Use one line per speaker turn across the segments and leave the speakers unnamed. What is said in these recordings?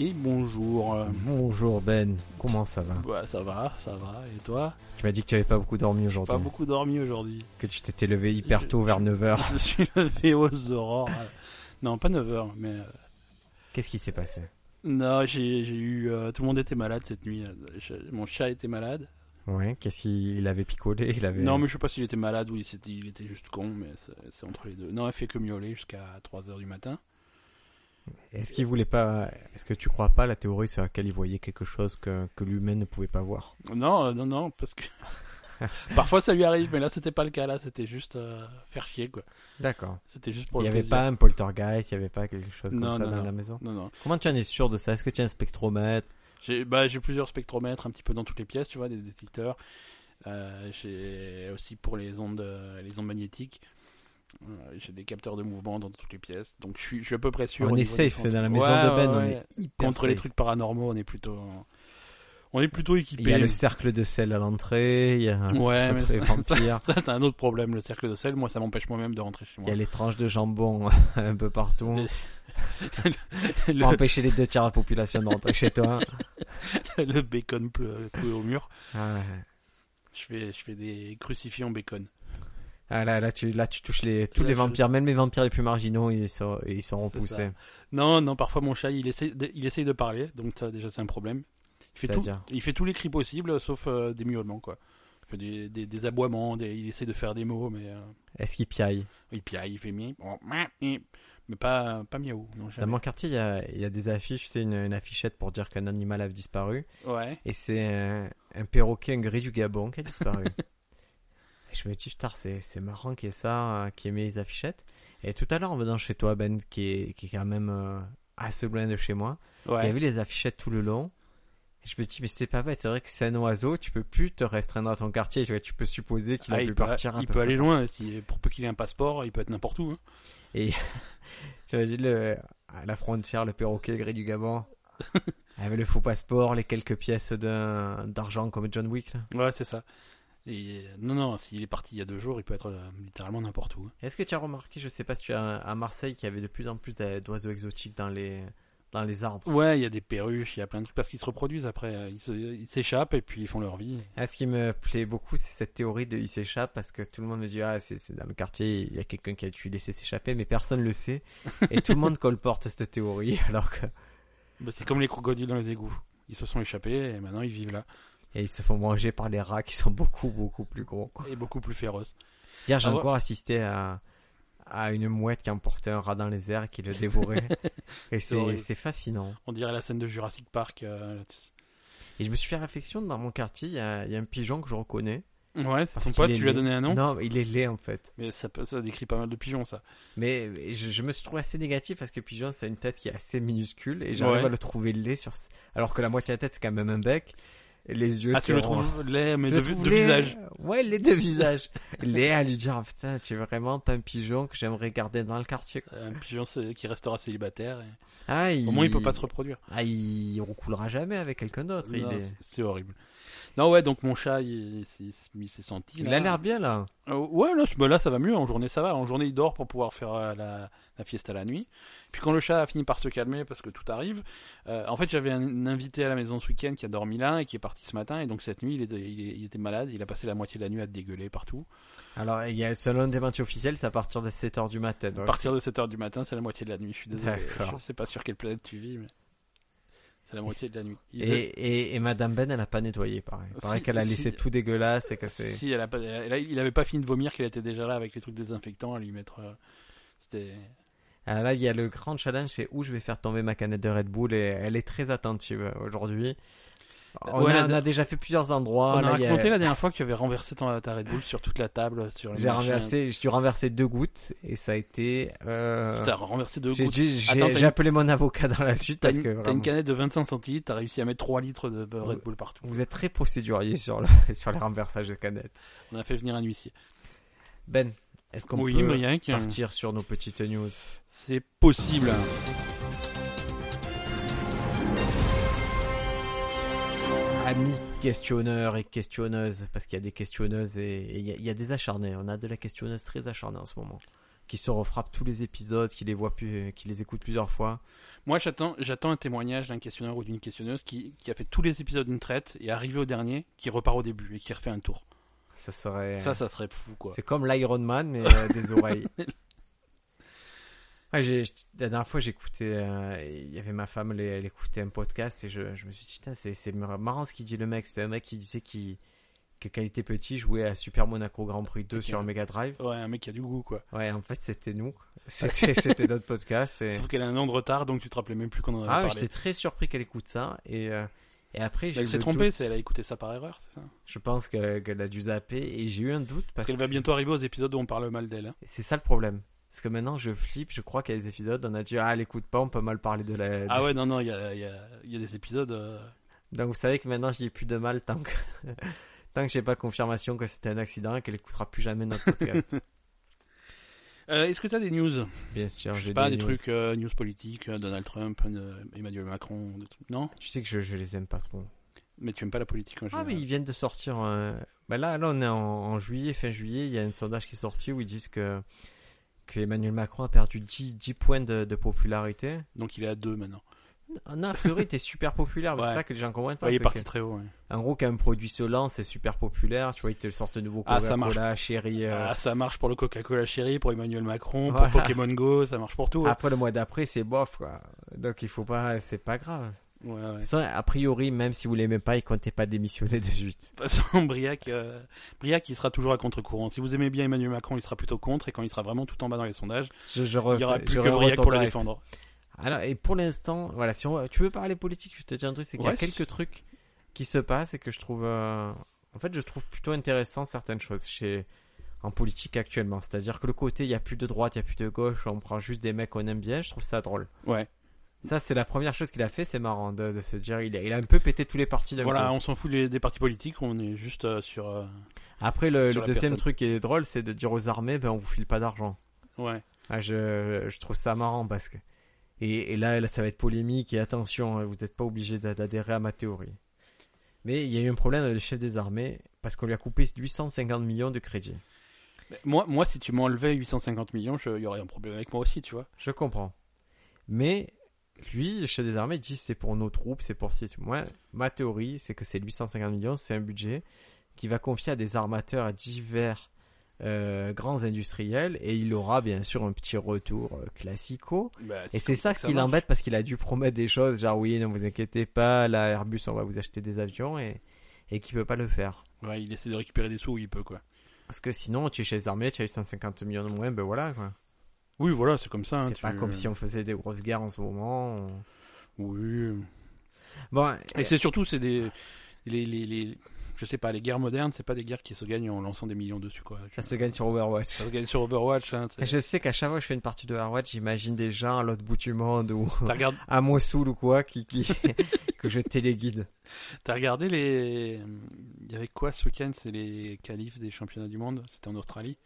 et bonjour.
Bonjour Ben, comment ça va
Ouais, ça va, ça va. Et toi
Tu m'as dit que tu avais pas beaucoup dormi aujourd'hui,
Pas beaucoup dormi aujourd'hui.
que tu t'étais levé hyper tôt vers 9h.
Je me suis levé aux aurores. Non, pas 9h, mais. euh,
Qu'est-ce qui s'est passé
Non, j'ai j'ai eu. euh, tout le monde était malade cette nuit. Je- mon chat était malade.
Ouais, qu'est-ce qu'il il avait picolé Il avait
Non, mais je sais pas s'il était malade ou il était, il était juste con, mais c'est- c'est entre les deux. Non, elle fait que miauler jusqu'à 3h du matin.
Est-ce qu'il voulait pas Est-ce que tu crois pas la théorie sur laquelle il voyait quelque chose que, que l'humain ne pouvait pas voir
Non, euh, non, non, parce que. Parfois ça lui arrive, mais là c'était pas le cas. Là c'était juste euh, faire chier, quoi.
D'accord.
C'était juste pour
Il n'y
le
avait
plaisir.
pas un poltergeist, il n'y avait pas quelque chose comme
Non,
ça
non,
dans
non.
la maison
Non, non.
Comment tu en es sûr de ça Est-ce que tu as un spectromètre
J'ai bah, j'ai plusieurs spectromètres un petit peu dans toutes les pièces, tu vois, des détecteurs. Euh, j'ai aussi pour les ondes, euh, les ondes magnétiques. Euh, J'ai des capteurs de mouvement dans toutes les pièces. Donc je suis, je suis à peu près sûr. au
On est
niveau des
safe
centres.
dans la maison
Ouais,
de Ben,
ouais,
on
ouais.
est hyper
Contre les
safe.
trucs paranormaux, on est plutôt, on est plutôt équipé.
Il y a le cercle de sel à l'entrée, il y a
Ouais, mais
contre les
ça-
vampires,
Ça, c'est un autre problème, le cercle de sel. Moi, ça m'empêche moi-même de rentrer chez
il y
moi.
a les tranches de jambon un peu partout.
le,
Pour empêcher les deux tiers de la population de rentrer chez toi.
le bacon ple- cloué au mur.
Ah, ouais.
Je fais, je fais des crucifix en bacon.
Ah, là, là, tu, là, tu touches les, tous
Là,
les
je-
vampires, même les vampires les plus marginaux, ils sont, ils sont
C'est
repoussés.
Non, non, parfois mon chat, il essaye de, il essaye de parler, donc ça, déjà c'est un problème. Il fait, tout,
C'est-à-dire
il fait tous les cris possibles, sauf euh, des miaulements, quoi. Il fait des, des, des aboiements, des- il essaye de faire des mots, mais euh,
Est-ce qu'ils piaillent
il piaille, il fait mi, bon, mouah, mi. mais pas, pas miaou. Non,
Dans
jamais.
mon quartier, il y a, il y a des affiches, c'est une, une affichette pour dire qu'un animal a disparu.
Ouais,
Et c'est un, un perroquet, un gris du Gabon qui a disparu. et je me dis, putain, c'est c'est marrant qu'il y ait ça, euh, qu'il y ait mes affichettes. Et tout à l'heure, en venant chez toi, Ben, qui est, qui est quand même euh, assez loin de chez moi, Il y
ouais.
avait les affichettes tout le long. Et je me dis, mais c'est pas vrai, c'est vrai que c'est un oiseau, tu peux plus te restreindre à ton quartier, tu, vois, tu peux supposer qu'il
Ah,
a
il
pu
peut,
partir un
il
peu
peut
plus
aller
tard.
loin, si, pour peu qu'il ait un passeport, il peut être n'importe où. hein.
Tu imagines le, à la frontière, le perroquet gris du Gabon, avec le faux passeport, les quelques pièces d'un- d'argent comme John Wick. là.
Ouais, c'est ça. Et, euh, non, non, s'il est parti il y a deux jours, il peut être euh, littéralement n'importe où. hein.
Est-ce que tu as remarqué, je sais pas si tu as à Marseille, qu'il y avait de plus en plus d'a- d'oiseaux exotiques dans les, dans les arbres
Ouais, il y a des perruches, il y a plein de trucs, parce qu'ils se reproduisent après, euh, ils se- ils s'échappent et puis ils font leur vie.
Ah, ce qui me plaît beaucoup, c'est cette théorie de il s'échappe parce que tout le monde me dit ah c'est c'est dans le quartier il y a quelqu'un qui a dû laisser s'échapper mais personne le sait et tout le monde colporte cette théorie alors que
Bah, c'est comme les crocodiles dans les égouts. Ils se sont échappés et maintenant ils vivent là.
et ils se font manger par les rats qui sont beaucoup beaucoup plus gros.
Et beaucoup plus féroces.
Hier j'ai
Ah ouais.
encore assisté à à une mouette qui emportait un rat dans les airs et qui le dévorait et c'est
horrible.
c'est fascinant.
On dirait la scène de Jurassic Park. euh, tu-
Et je me suis fait réflexion dans mon quartier il y a, il y a un pigeon que je reconnais.
Ouais, c'est
Parce
ton
qu'il
pote,
est
tu lui as
laid.
donné un nom
non il est laid en fait.
Mais ça, peut- ça décrit pas mal de pigeons, ça.
Mais mais je, je me suis trouvé assez négatif parce que Pigeon, c'est une tête qui est assez minuscule et j'arrive
Ouais.
à le trouver laid sur. ce- Alors que la moitié de la tête, c'est quand même un bec. Et les yeux,
Ah, tu
c'est
le
rond.
trouves laid, mais
Je
de,
le trouve
de
laid.
visage.
Ouais, les deux visages. laid à lui dire, Ah, putain, tu es vraiment pas un pigeon que j'aimerais garder dans le quartier. quoi.
Un pigeon c'est- qui restera célibataire. et-
Ah, il...
Au moins, il peut pas se reproduire.
Ah, il recoulera jamais avec quelqu'un d'autre. Il,
Non,
est...
c'est- C'est horrible. Non, ouais, donc mon chat, il, il s'est- il s'est senti.
il
là.
a l'air bien là.
Euh, ouais, là, c'est- bah là, ça va mieux. En journée, ça va. En journée, il dort pour pouvoir faire euh, la, la fiesta la nuit. Puis quand le chat a fini par se calmer, parce que tout arrive, euh, en fait, j'avais un, un invité à la maison ce week-end qui a dormi là et qui est parti ce matin. Et donc, cette nuit, il, est- il est- il était malade. Il a passé la moitié de la nuit à dégueuler partout.
Alors, il y a, selon le démenti officiel, c'est à partir de 7h du matin.
À
donc.
partir de 7h du matin, c'est la moitié de la nuit. Je suis désolé.
D'accord.
Je sais pas sur quelle planète tu vis, mais c'est la moitié de la nuit. Il
Et, et, et Madame Ben, elle a pas nettoyé, pareil.
Si,
Pareil qu'elle a
si.
laissé tout dégueulasse et que c'est.
Si, elle a pas- elle a- il avait pas fini de vomir qu'il était déjà là avec les trucs désinfectants à lui mettre. euh, C'était.
Ah, là, il y a le grand challenge, c'est où je vais faire tomber ma canette de Red Bull et elle est très attentive euh, aujourd'hui. On,
Ouais, la-
a, on a déjà fait plusieurs endroits.
On a
Oh là, il y a-
raconté la dernière fois que tu avais renversé ton, ta Red Bull sur toute la table, sur les
J'ai
machins.
renversé, je suis renversé deux gouttes et ça a été. euh,
T'as renversé deux
j'ai
gouttes.
dû- j'ai-
Attends, t'as
j'ai
une-
appelé mon avocat dans la suite
T'as
parce
une,
que
t'as une
vraiment,
canette de 25 centilitres, t'as réussi à mettre 3 litres de euh, Red
Ouais.
Bull partout.
vous êtes très procédurier sur le sur les renversages de canettes.
On a fait venir un huissier.
Ben, est-ce qu'on
oui,
peut
Briac, euh,
partir sur nos petites news
c'est possible.
Amis questionneurs et questionneuses, parce qu'il y a des questionneuses et et il y, a- il y a des acharnés. On a de la questionneuse très acharnée en ce moment. qui se refrappe tous les épisodes, qui les voit plus, qui les écoute plusieurs fois.
Moi, j'attends, j'attends un témoignage d'un questionneur ou d'une questionneuse qui, qui a fait tous les épisodes d'une traite et arrivé au dernier, qui repart au début et qui refait un tour.
Ça serait.
Ça, ça serait fou, quoi.
C'est comme l'Iron Man, mais euh, des oreilles. Ouais, j'ai- la dernière fois, j'écoutais. euh, Il y avait ma femme, elle, elle écoutait un podcast et je, je me suis dit, putain, c'est c'est marrant ce qu'il dit le mec. C'est un mec qui disait qu'il- que quand il était petit, il jouait à Super Monaco Grand Prix 2
Ok.
sur Mega Drive.
Ouais, un mec qui a du goût, quoi.
Ouais, en fait, c'était nous. C'était c'était notre podcast. Et...
Sauf qu'elle a un an de retard, donc tu te rappelais même plus qu'on en avait
Ah, ouais,
parlé.
j'étais très surpris qu'elle écoute ça. Et, euh, et après, j'ai eu
Elle s'est
le
trompée,
doute.
c'est- elle a écouté ça par erreur, c'est ça Parce,
Je pense que- qu'elle a dû zapper et j'ai eu un doute parce,
qu'elle
que
va bientôt arriver aux épisodes où on parle mal d'elle. hein.
c'est ça le problème. Parce que maintenant, je flippe. Je crois qu'il y a des épisodes, on a dit, ah, elle écoute pas, on peut mal parler de la.
Ah ouais, non, non, il y a, il y a- il y a des épisodes. euh,
Donc vous savez que maintenant je dis plus de mal tant que tant que j'ai pas confirmation que c'était un accident et qu'elle écoutera plus jamais notre podcast.
Euh, Est-ce que tu as des news
Bien sûr,
Je
j'ai
sais pas, des,
news.
trucs, euh, news politiques, euh, Donald Trump, euh, Emmanuel Macron, des trucs. Non
Tu sais que je, je les aime pas trop.
Mais tu aimes pas la politique en
Ah
général.
mais ils viennent de sortir. euh, Bah là, là on est en, en juillet, fin juillet, il y a un sondage qui est sorti où ils disent que que Emmanuel Macron a perdu 10, 10 points de, de popularité.
Donc il est à deux maintenant.
Non, a priori, t'es super populaire, mais
Ouais.
c'est ça que les gens comprennent pas.
Ouais, il est
Ah, c'est
parti
que-
très haut. ouais.
En gros, quand un produit se lance, c'est super populaire. Tu vois, ils te sortent de nouveau
Ah, ça marche.
Coca-Cola, chérie. euh,
Ah, ça marche pour le Coca-Cola chéri, pour Emmanuel Macron,
Voilà.
pour Pokémon Go, ça marche pour tout. hein.
Après le mois d'après, c'est bof quoi. Donc il faut pas, c'est pas grave.
Ouais, ouais.
Ça, a priori, même si vous l'aimez pas, il comptait pas démissionner de suite.
De toute façon, Briac, euh, Briac, il sera toujours à contre-courant. Si vous aimez bien Emmanuel Macron, il sera plutôt contre, et quand il sera vraiment tout en bas dans les sondages,
Je, je
il n'y aura plus que Briac pour le défendre.
Alors, et pour l'instant, voilà, si on, tu veux parler politique, je te dis un truc, c'est qu'il y
Ouais.
a quelques trucs qui se passent et que je trouve, euh, en fait, je trouve plutôt intéressant certaines choses chez en politique actuellement. C'est-à-dire que le côté, il y a plus de droite, il y a plus de gauche, on prend juste des mecs qu'on aime bien. Je trouve ça drôle.
Ouais.
Ça, c'est la première chose qu'il a fait, c'est marrant de, de se dire, il a, il a un peu pété tous les partis d'un coup.
Voilà, on s'en fout des, des partis politiques, on est juste euh, sur. euh,
Après, le,
Sur
le
la
deuxième
personne.
truc qui est drôle, c'est de dire aux armées, ben, on vous file pas d'argent.
Ouais.
Ah, je, je trouve ça marrant parce que. Et, et là, là, ça va être polémique et attention, hein, vous n'êtes pas obligé d'a- d'adhérer à ma théorie. Mais il y a eu un problème avec le chef des armées parce qu'on lui a coupé 850 millions de crédits.
Mais Moi, moi, si tu m'enlevais 850 millions, je- il y aurait un problème avec moi aussi, tu vois.
Je comprends. Mais lui, le chef des armées, dit c'est pour nos troupes, c'est pour ci. et tout. Moi, ma théorie, c'est que ces 850 millions, c'est un budget qui va confier à des armateurs à divers euh, grands industriels et il aura bien sûr un petit retour euh, classico.
Bah,
Et
comme
c'est ça,
que
qui
marche.
l'embête parce qu'il a dû promettre des choses, genre oui, non vous inquiétez pas, là Airbus on va vous acheter des avions et, et qui peut pas le faire.
Ouais, il essaie de récupérer des sous où il peut, quoi.
Parce que sinon tu es chez les armées, tu as eu 150 millions de moins, ben voilà quoi.
Oui, voilà, c'est comme ça. hein,
c'est
tu-
pas comme si on faisait des grosses guerres en ce moment. on-
Oui.
Bon, euh,
Et c'est surtout, c'est des. Les, les, les- Je sais pas, les guerres modernes, c'est pas des guerres qui se gagnent en lançant des millions dessus, quoi.
ça se gagne sur Overwatch.
Ça se gagne sur Overwatch, hein. c'est-
Je sais qu'à chaque fois que je fais une partie de Overwatch, j'imagine des gens à l'autre bout du monde ou
T'as regardé,
à Mossoul ou quoi qui, qui... que je téléguide.
t'as regardé les. Il y avait quoi ce week-end C'est les qualifs des championnats du monde C'était en Australie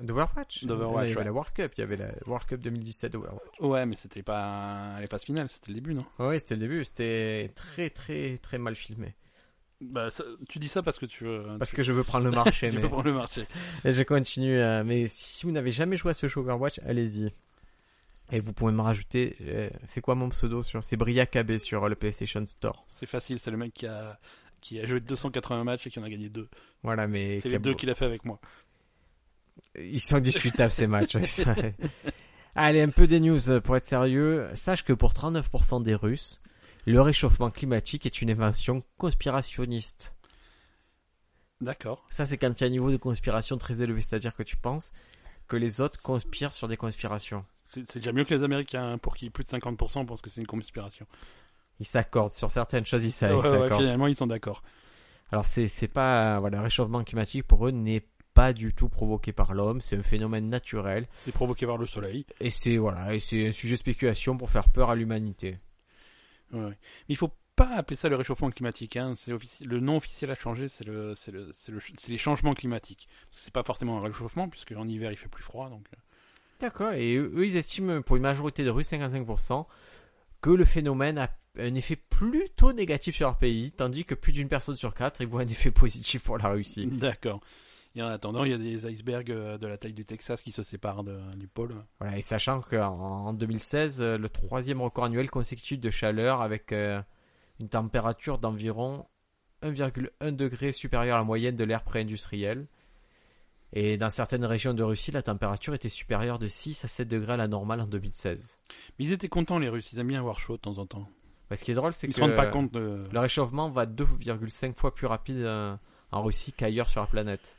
D'Overwatch
D'Overwatch,
Il y avait
ouais.
la World Cup, il y avait la World Cup 2017 d'Overwatch.
Ouais, mais c'était pas les phases finales, c'était le début, non
Ouais, c'était le début, c'était très très très mal filmé.
Bah, ça- tu dis ça parce que tu veux. hein,
Parce
tu-
que je veux prendre le marché,
tu
mais
peux prendre le marché.
Et je continue. euh, mais si, si vous n'avez jamais joué à ce jeu Overwatch, allez-y. Et vous pouvez me rajouter, euh, c'est quoi mon pseudo sur C'est Briacabé sur euh, le PlayStation Store.
C'est facile, c'est le mec qui a qui a joué 280 matchs et qui en a gagné deux.
Voilà, mais
C'est les
Cabo-
deux qu'il a fait avec moi.
ils sont discutables ces matchs. ouais, ça. allez, un peu des news euh, pour être sérieux. Sache que pour 39% des Russes, le réchauffement climatique est une invention conspirationniste.
D'accord.
Ça, c'est quand il y a un niveau de conspiration très élevé, c'est-à-dire que tu penses que les autres conspirent sur des conspirations.
C'est c'est déjà mieux que les Américains, hein, pour qui plus de 50% pensent que c'est une conspiration.
Ils s'accordent sur certaines choses, ils s'a- ils
Ouais, ouais,
s'accordent.
finalement, ils sont d'accord.
Alors, c'est, c'est pas, voilà, le réchauffement climatique pour eux n'est pas du tout provoqué par l'homme, c'est un phénomène naturel,
C'est provoqué par le soleil.
et c'est, voilà, et c'est un sujet de spéculation pour faire peur à l'humanité.
Ouais, ouais. Mais il faut pas appeler ça le réchauffement climatique. Hein. C'est offici- Le nom officiel a changé, c'est le, c'est le, c'est le, ch- c'est les changements climatiques. C'est pas forcément un réchauffement, puisque en hiver il fait plus froid. Donc... euh,
D'accord, et eux, eux, ils estiment pour une majorité de Russes, 55%, que le phénomène a un effet plutôt négatif sur leur pays, tandis que plus d'une personne sur quatre y voit un effet positif pour la Russie.
D'accord. Et en attendant, il y a des icebergs euh, de la taille du Texas qui se séparent de- du pôle.
Voilà, et sachant qu'en en 2016, euh, le troisième record annuel consécutif de chaleur avec euh, une température d'environ 1,1 degré supérieure à la moyenne de l'ère pré-industrielle. Et dans certaines régions de Russie, la température était supérieure de 6 à 7 degrés à la normale en 2016.
Mais ils étaient contents, les Russes. Ils aiment bien avoir chaud de temps en temps.
Bah, ce qui est drôle, c'est
Ils
que
se rendent pas compte de.
le réchauffement va 2,5 fois plus rapide euh, en Russie qu'ailleurs sur la planète.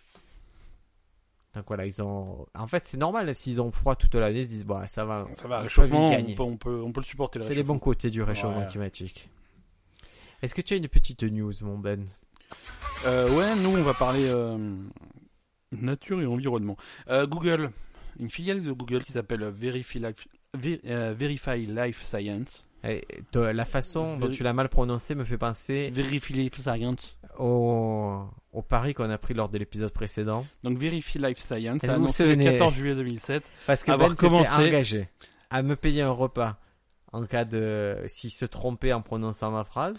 Donc voilà, ils ont. En fait, c'est normal, s'ils ont froid toute l'année, ils se disent, bah, ça va.
Ça va,
ils peuvent y
réchauffement, on
gagner.
peut, on, peut, on peut le supporter. le
C'est les bons côtés du réchauffement
Ouais.
climatique. Est-ce que tu as une petite news, mon Ben
Euh, ouais, nous on va parler euh, nature et environnement. Euh, Google, une filiale de Google qui s'appelle Verify Life, Ver- euh, Verify Life Science.
Eh, toi, La façon dont
Véri-
tu l'as mal prononcée me fait penser
Verify Life Science.
au, au pari qu'on a pris lors de l'épisode précédent.
Donc Verify Life Science a
Vous vous
annoncé le
souvenez-
14 juillet 2007.
Parce que
Avoir
Ben
commencé-
s'était engagé à me payer un repas en cas de... s'il se trompait en prononçant ma phrase.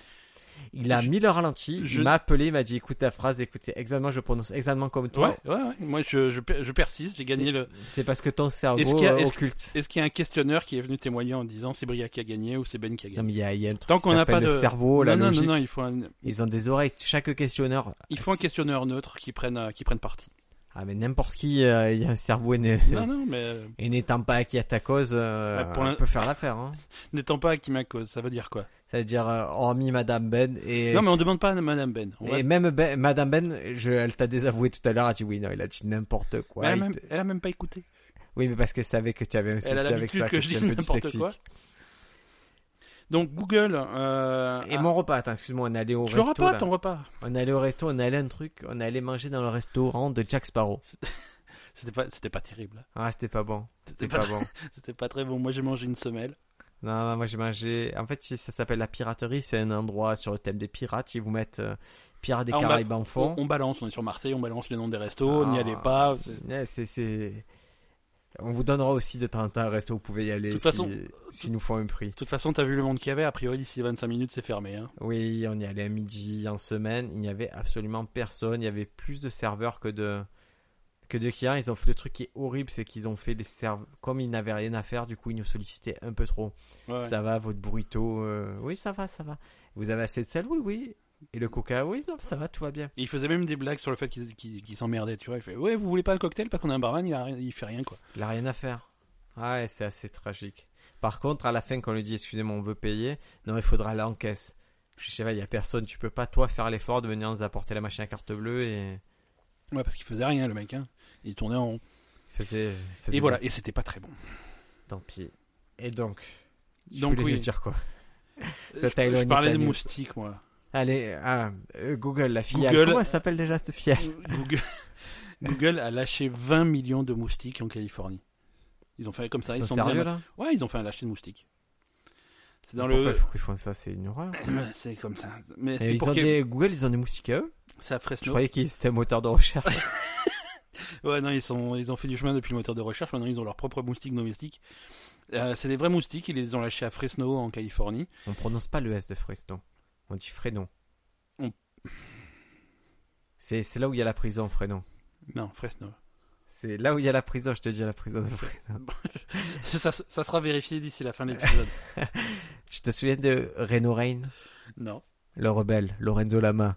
Il a
Je-
mis le ralenti,
je-
il m'a appelé, il m'a dit écoute ta phrase, écoute, c'est exactement, je prononce exactement comme toi.
Ouais, ouais, ouais. Moi je, je, per- je persiste, j'ai gagné le.
Oh. C'est parce que ton
Est-ce
cerveau
qu'il y a-
euh,
est-ce-
occulte.
Est-ce qu'il y a un questionneur qui est venu témoigner en disant c'est Bria qui a gagné ou c'est Ben qui a
Non,
gagné
mais il y a, il y a un truc
Tant
qui
qu'on n'a pas
s'appelle le
de-
cerveau, Oh, la
non, non,
logique.
non, il faut un,
Ils ont des oreilles, chaque questionneur.
il faut un questionneur neutre qui prenne, euh, qui prenne parti.
Ah, mais n'importe qui, euh, il y a un cerveau et n'est-
non, non, mais euh,
et n'étant pas acquis à ta cause, euh,
Ah, pour l'in-
peut faire l'affaire. Hein.
n'étant pas à qui ma cause, ça veut dire quoi
C'est-à-dire, euh, hormis Madame Ben, et,
Non, mais on demande pas à Madame Ben. On va-
et même Ben- Madame Ben, je, elle t'a désavoué tout à l'heure, elle a dit oui, non, il a dit n'importe
Mais
quoi.
elle,
il
a même,
te-
elle a même pas écouté.
Oui, mais parce qu'elle savait que tu avais un
Elle a
souci avec
l'habitude
ça,
que
tu
je
es un
dise
peu
n'importe
dyslexique.
quoi. Donc Google. Euh,
Et
a-
mon repas, attends, excuse-moi, on allait au
Tu
resto.
l'auras pas
là.
ton repas.
On allait au resto, on allait à un truc, on allait manger dans le restaurant de Jack Sparrow.
C'était pas, c'était pas terrible. hein.
Ah, c'était pas bon.
C'était
C'était
pas,
pas bon.
c'était pas très bon. Moi j'ai mangé une semelle.
Non, non, moi j'ai mangé. En fait, si ça s'appelle la piraterie, c'est un endroit sur le thème des pirates. Ils vous mettent euh, pirates des
Ah, on
Caraïbes en fond.
On, on balance, on est sur Marseille, on balance les noms des restos,
Ah.
n'y allez pas. c'est-
Ouais, c'est, c'est- on vous donnera aussi de temps en temps un resto où vous pouvez y aller.
De toute
si-
façon-
s'ils nous font un prix.
De toute façon, t'as vu le monde qu'il y avait, a priori d'ici 25 minutes c'est fermé. hein.
Oui, on y allait à midi en semaine. Il n'y avait absolument personne. Il y avait plus de serveurs que de que de clients. Ils ont fait le truc qui est horrible, c'est qu'ils ont fait des serveurs comme ils n'avaient rien à faire. Du coup, ils nous sollicitaient un peu trop.
Ouais, ouais.
Ça va, votre burrito euh, Oui, ça va, ça va. Vous avez assez de sel Oui, oui. Et le coca Oui, non, ça va, tout va bien.
Et il faisait même des blagues sur le fait qu'il qu'il- qu'il s'emmerdait, tu vois. Il fait Ouais, vous voulez pas un cocktail parce qu'on a un barman, il, a rien- il fait rien quoi.
Il a rien à faire. Ah Ouais, c'est assez tragique. Par contre, à la fin, quand on lui dit excusez-moi, on veut payer, non, il faudra aller en caisse. Je sais pas, il y a personne. Tu peux pas, toi, faire l'effort de venir nous apporter la machine à carte bleue et.
Ouais, parce qu'il faisait rien le mec, hein. Il tournait en rond.
Faisais, faisais
Et voilà, et c'était pas très bon.
Tant pis. Et donc, tu
Donc
voulais
oui.
nous dire quoi
Je,
T'as éloigné
je parlais
ta
des
news.
moustiques, moi.
Allez, ah, euh, Google, la filiale.
Google.
Comment elle s'appelle déjà cette filiale
Google, Google a lâché 20 millions de moustiques en Californie. Ils ont fait comme ça. Ils,
Ils
sont
sont sérieux
bien-
là
Ouais, ils ont fait un lâcher de moustiques. C'est dans
pourquoi,
le.
pourquoi ils font ça C'est une horreur.
C'est comme ça. Mais
Et
c'est
ils
pour
ont
que-
des... Google, ils ont des moustiques à eux
C'est à
Je
Fresno.
croyais qu'ils étaient un moteur de recherche.
Ouais, non, ils, sont... ils ont fait du chemin depuis le moteur de recherche. Maintenant, ils ont leurs propres moustiques domestiques. Euh, c'est des vrais moustiques. Ils les ont lâchés à Fresno, en Californie.
On prononce pas le S de Fresno. On dit Fresno.
On-
C'est c'est là où il y a la prison, Fresno.
Non, Fresno.
C'est là où il y a la prison, je te dis, la prison de Fresno.
ça, ça sera vérifié d'ici la fin de l'épisode.
Tu te souviens de Reno Rain
non.
Le rebelle, Lorenzo Lama.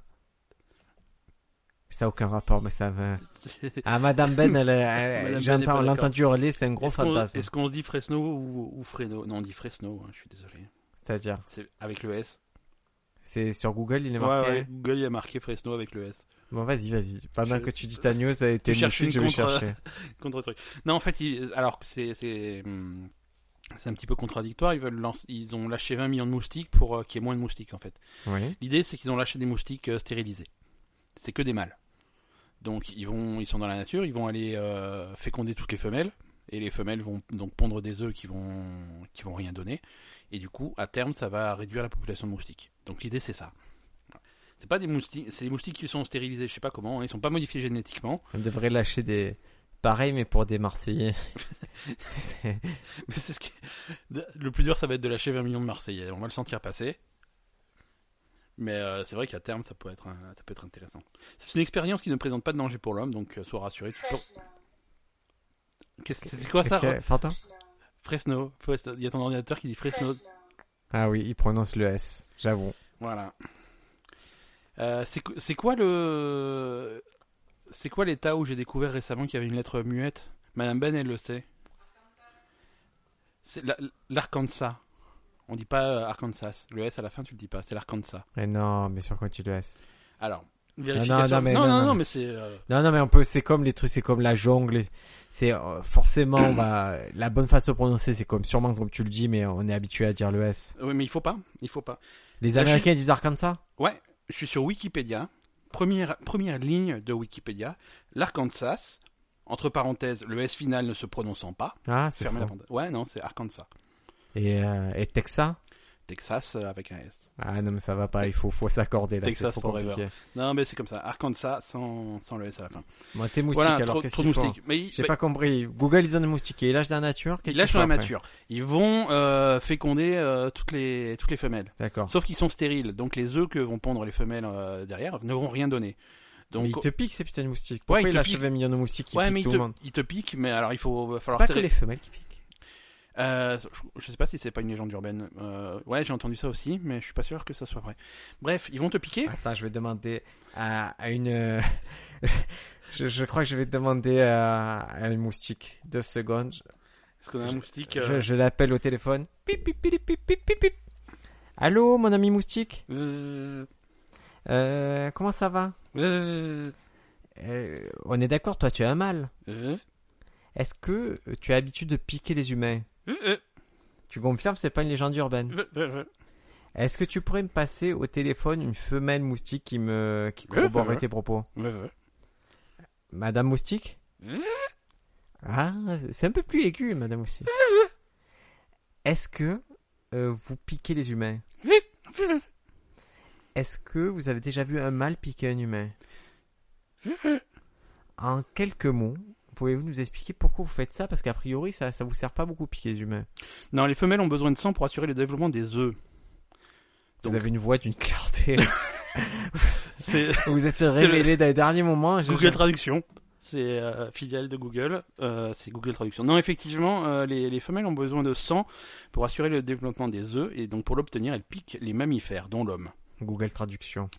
Ça a aucun rapport, mais ça va. Ah, Madame Ben, elle, elle-
Madame Ben n'est pas
j'entends, on l'a
d'accord.
entendu hurler, c'est un gros
Est-ce qu'on
fantasme.
est-ce qu'on se dit Fresno ou, ou Fresno Non, on dit Fresno. hein, je suis désolé.
C'est-à-dire,
C'est avec le S.
c'est sur Google, il est
Ouais,
marqué.
ouais, Google il a marqué Fresno avec le S.
Bon, vas-y, vas-y. Pendant
Je-
que tu dis ta news, ça a été
Je cherche
moustique, je
une
vais
contre-
chercher.
Contre truc. Non, en fait, ils- alors que c'est c'est hum, c'est un petit peu contradictoire. Ils veulent lancer- ils ont lâché 20 millions de moustiques pour euh, qu'il y ait moins de moustiques en fait.
Oui.
L'idée c'est qu'ils ont lâché des moustiques euh, stérilisés. C'est que des mâles. Donc ils vont ils sont dans la nature, ils vont aller euh, féconder toutes les femelles et les femelles vont donc pondre des œufs qui vont qui vont rien donner et du coup à terme ça va réduire la population de moustiques. Donc l'idée c'est ça. C'est pas des moustiques, c'est des moustiques qui sont stérilisés, je sais pas comment, hein, ils sont pas modifiés génétiquement,
On devrait lâcher des. Pareil, mais pour des Marseillais.
mais c'est ce qui... le plus dur ça va être de lâcher 20 millions de Marseillais, on va le sentir passer. Mais euh, c'est vrai qu'à terme, ça peut être, un- ça peut être intéressant. C'est une expérience qui ne présente pas de danger pour l'homme, donc euh, sois rassuré. Tu peux- Qu'est-ce- C'est quoi ça hein.
Qu'est-ce qu'il y a Pardon
Fresno. Fresno. Il y a ton ordinateur qui dit Fresno.
Ah oui, il prononce le S, j'avoue.
Voilà. Euh, c'est qu- c'est quoi le. C'est quoi l'état où j'ai découvert récemment qu'il y avait une lettre muette Madame Ben, elle le sait. C'est la- l'Arkansas. On dit pas euh, Arkansas. Le S à la fin, tu le dis pas. C'est l'Arkansas.
Mais non, bien sûr qu'on dit le S.
Alors,
non,
vérification.
non, mais-
non,
non,
non,
non,
mais c'est. euh,
Non, non, mais on peut, c'est comme les trucs, c'est comme la jungle. C'est euh, forcément, on va, la bonne façon de prononcer, c'est comme sûrement comme tu le dis, mais on est habitué à dire le S.
Oui, mais il faut pas. Il faut pas.
Les
Là, Bah, je
Américains disent Arkansas
Ouais, je suis sur Wikipédia. Première, première ligne de Wikipédia. L'Arkansas, entre parenthèses, le S final ne se prononçant pas.
Ah, c'est
Fermez la
faux.
parenthèse. Ouais, non, c'est Arkansas.
Et, euh, et Texas
Texas euh, avec un S.
Ah non, mais ça va pas, il faut, faut s'accorder là,
Texas
c'est trop
forever.
compliqué.
Non, mais c'est comme ça. Arkansas sans, sans le S à la fin.
Moi, t'es moustique,
Voilà,
alors
trop,
qu'est-ce
trop
qu'ils font
moustique. Mais
J'ai
mais-
pas compris. Google, ils ont des moustiques. Ils lâchent dans la nature.
ils
Qu'est-ce
lâchent
qu'ils
dans la
font après
mature. Ils vont euh, féconder euh, toutes, les, toutes les femelles.
D'accord.
Sauf qu'ils sont stériles. Donc les œufs que vont pondre les femelles euh, derrière ne vont rien donner. Donc,
Mais ils te piquent ces putains de moustiques.
Ouais,
Pourquoi
ils
ils
te
lâchent
piquent.
20 millions de moustiques qui
ouais,
piquent
mais ils
tout
te,
le monde
ils te piquent, mais alors il faut va
C'est
falloir
pas que
serrer-
les femelles qui piquent.
Euh, je- je sais pas si c'est pas une légende urbaine. Euh, ouais, j'ai entendu ça aussi, mais je suis pas sûr que ça soit vrai. Bref, ils vont te piquer.
Attends, je vais demander à, à une. euh, je, je crois que je vais demander à, à une moustique. Deux secondes.
Parce qu'on a un moustique. euh,
Je, je l'appelle au téléphone. Pip, pip, pip, pip, pip, pip, pip. Allô, mon ami moustique
euh,
Euh, Comment ça va
euh,
Euh, On est d'accord, toi, tu as un mal.
euh,
Est-ce que tu as l'habitude de piquer les humains
euh,
Tu confirmes, c'est pas une légende urbaine
euh, euh,
Est-ce que tu pourrais me passer au téléphone une femelle moustique qui me qui
Ouais,
corroborerait
ouais.
tes propos
euh,
Madame moustique
Ouais.
Ah, c'est un peu plus aigu, Madame moustique.
Mmh.
Est-ce que euh, vous piquez les humains
Ouais. Mmh.
Est-ce que vous avez déjà vu un mâle piquer un humain En quelques mots, pouvez-vous nous expliquer pourquoi vous faites ça Parce qu'a priori, ça ça vous sert pas beaucoup piquer les humains.
Non, les femelles ont besoin de sang pour assurer le développement des œufs. Donc-
Vous avez une voix d'une clarté.
C'est
vous êtes révélé dans les derniers moments. Je-
Google Traduction. C'est euh, filiale de Google. Euh, c'est Google Traduction. Non, effectivement, euh, les, les femelles ont besoin de sang pour assurer le développement des œufs et donc pour l'obtenir, elles piquent les mammifères, dont l'homme.
Google Traduction.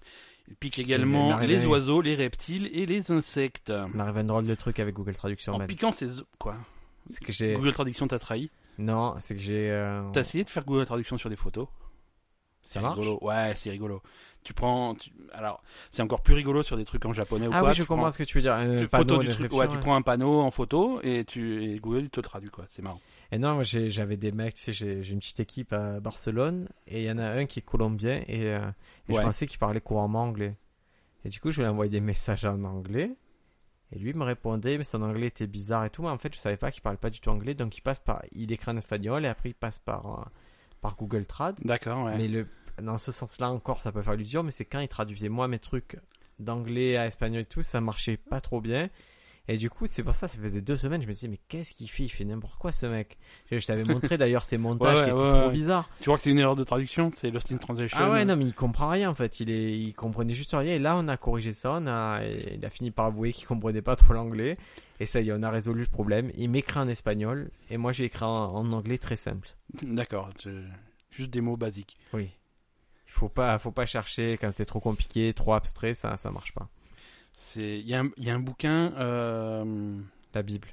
Ils piquent
C'est
également
l'arrivée.
les oiseaux, les reptiles et les insectes.
On arrive à un drôle de truc avec Google Traduction.
En
man.
piquant ces œufs. Quoi
C'est que j'ai.
Oh, Google Traduction t'a trahi.
Non, c'est que j'ai. euh,
T'as essayé de faire Google Traduction sur des photos C'est
Ça marche
rigolo. Ouais, c'est rigolo. Tu prends. tu- Alors, c'est encore plus rigolo sur des trucs en japonais ou
Ah
quoi.
oui, je
tu prends-
comprends ce que tu veux dire. Euh, Un
tu-
panneau
photo
de
du truc,
description,
ouais, tu
ouais.
prends un panneau en photo et, tu, et Google te le traduit quoi, c'est marrant.
Et non, moi j'ai- j'avais des mecs, tu sais, j'ai j'ai une petite équipe à Barcelone et il y en a un qui est colombien et, euh, et
Ouais.
je pensais qu'il parlait couramment anglais. Et du coup, je lui ai envoyé des messages en anglais et lui me répondait, mais son anglais était bizarre et tout. Mais en fait, je savais pas qu'il parlait pas du tout anglais, donc il passe par, il écrit en espagnol et après il passe par, euh, par Google Trad.
D'accord, ouais.
Mais le, dans ce sens-là encore, ça peut faire l'usure, mais c'est quand il traduisait moi mes trucs d'anglais à espagnol et tout, ça marchait pas trop bien. Et du coup, c'est pour ça, ça faisait deux semaines, je me suis dit, mais qu'est-ce qu'il fait Il fait n'importe quoi ce mec. Je, je t'avais montré d'ailleurs ses montages
Ouais,
qui
ouais,
étaient
ouais,
trop
ouais.
bizarres.
Tu vois que c'est une erreur de traduction, c'est Lost in Translation.
Ah ouais, non, mais il comprend rien en fait. Il, est, il comprenait juste rien. Et là, on a corrigé ça, on a, et il a fini par avouer qu'il comprenait pas trop l'anglais. Et ça y est, on a résolu le problème. Il m'écrit en espagnol et moi, j'ai écrit en, en anglais très simple.
D'accord, je- juste des mots basiques.
Oui. Il faut pas, faut pas chercher quand c'est trop compliqué, trop abstrait, ça, ça marche pas.
C'est, il y, a un- il y a un bouquin. euh,
La Bible.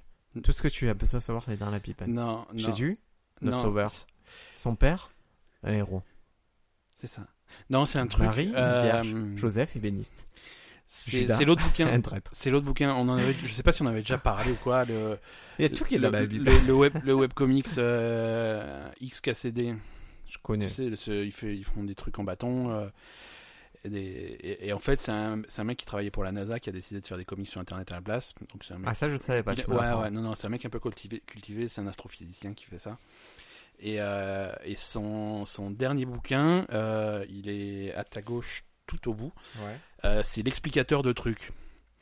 Tout ce que tu as besoin de savoir est dans la Bible.
Non, non,
Ben, Jésus, notre
non,
sauveur. Son père, un héros.
C'est ça. Non, c'est un truc.
Marie, une
euh,
vierge. Joseph, ébéniste.
c'est,
Judas.
c'est l'autre bouquin.
Un traître.
C'est l'autre bouquin. On en avait, je sais pas si on avait déjà parlé ou quoi. Le,
Il y a tout qui est
le,
dans la Bible.
le, le web, le webcomics euh, XKCD.
Je connais.
Tu sais, le- ce- ils, fait- ils font des trucs en bâton. euh, et, des- et- et en fait, c'est un, c'est un mec qui travaillait pour la NASA qui a décidé de faire des comics sur Internet à la place. Donc c'est un mec.
Ah, ça, je savais pas.
il-
tu me
ouais,
l'apprends.
ouais, non, non, c'est un mec un peu cultivé. cultivé c'est un astrophysicien qui fait ça. Et, euh, et son, son dernier bouquin, euh, il est à ta gauche tout au bout. Euh, c'est l'explicateur de trucs.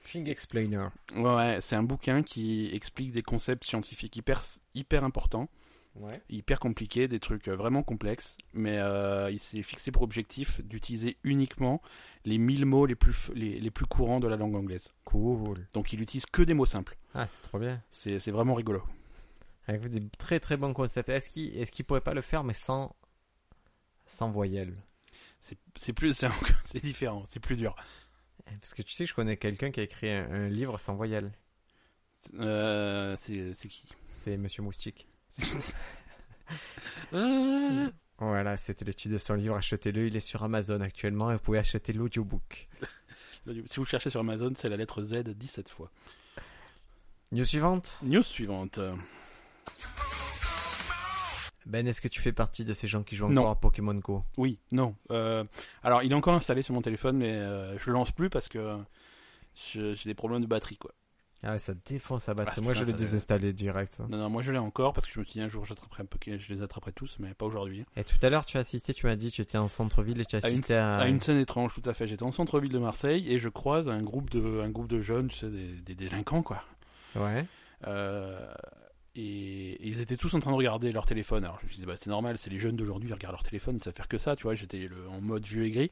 Thing Explainer.
Ouais, ouais, c'est un bouquin qui explique des concepts scientifiques hyper, hyper importants
Ouais.
hyper compliqué, des trucs euh, vraiment complexes, mais euh, il s'est fixé pour objectif d'utiliser uniquement les 1000 mots les plus, f- les, les plus courants de la langue anglaise.
Cool.
Donc il utilise que des mots simples.
Ah, c'est trop bien.
C'est c'est vraiment rigolo.
Avec des très très bons concepts. Est-ce qu'il est qu'il pourrait pas le faire, mais sans, sans voyelle
C'est- C'est plus, c'est c'est différent, c'est plus dur.
Eh, Parce que tu sais, je connais quelqu'un qui a écrit un, un livre sans voyelle.
Euh, c'est c'est qui
C'est Monsieur Moustique.
Euh,
Voilà, c'était le titre de son livre. Achetez-le. Il est sur Amazon actuellement et vous pouvez acheter l'audiobook.
Si vous le cherchez sur Amazon, c'est la lettre Z 17 fois.
News suivante.
News suivante.
Ben, est-ce que tu fais partie de ces gens qui jouent
Non.
encore à Pokémon Go
Oui, non. Euh, alors, il est encore installé sur mon téléphone, mais euh, je le lance plus parce que je- j'ai des problèmes de batterie, quoi.
Ah ouais, ça défonce la batterie.
Ah,
Moi, je
putain,
l'ai
ça-
désinstallé direct. hein.
Non, non, moi je l'ai encore parce que je me suis dit un jour j'attraperai un Poké, je les attraperai tous, mais pas aujourd'hui.
Et tout à l'heure, tu as assisté, tu m'as dit, tu étais en centre-ville et tu as
À une-
assisté à,
À une scène étrange, tout à fait. J'étais en centre-ville de Marseille et je croise un groupe de, un groupe de jeunes, tu sais, des, des délinquants, quoi.
Ouais.
Euh, et, et ils étaient tous en train de regarder leur téléphone. Alors je me suis dit, bah, c'est normal, c'est les jeunes d'aujourd'hui, ils regardent leur téléphone, ils savent faire que ça, tu vois. J'étais le- en mode vieux aigri.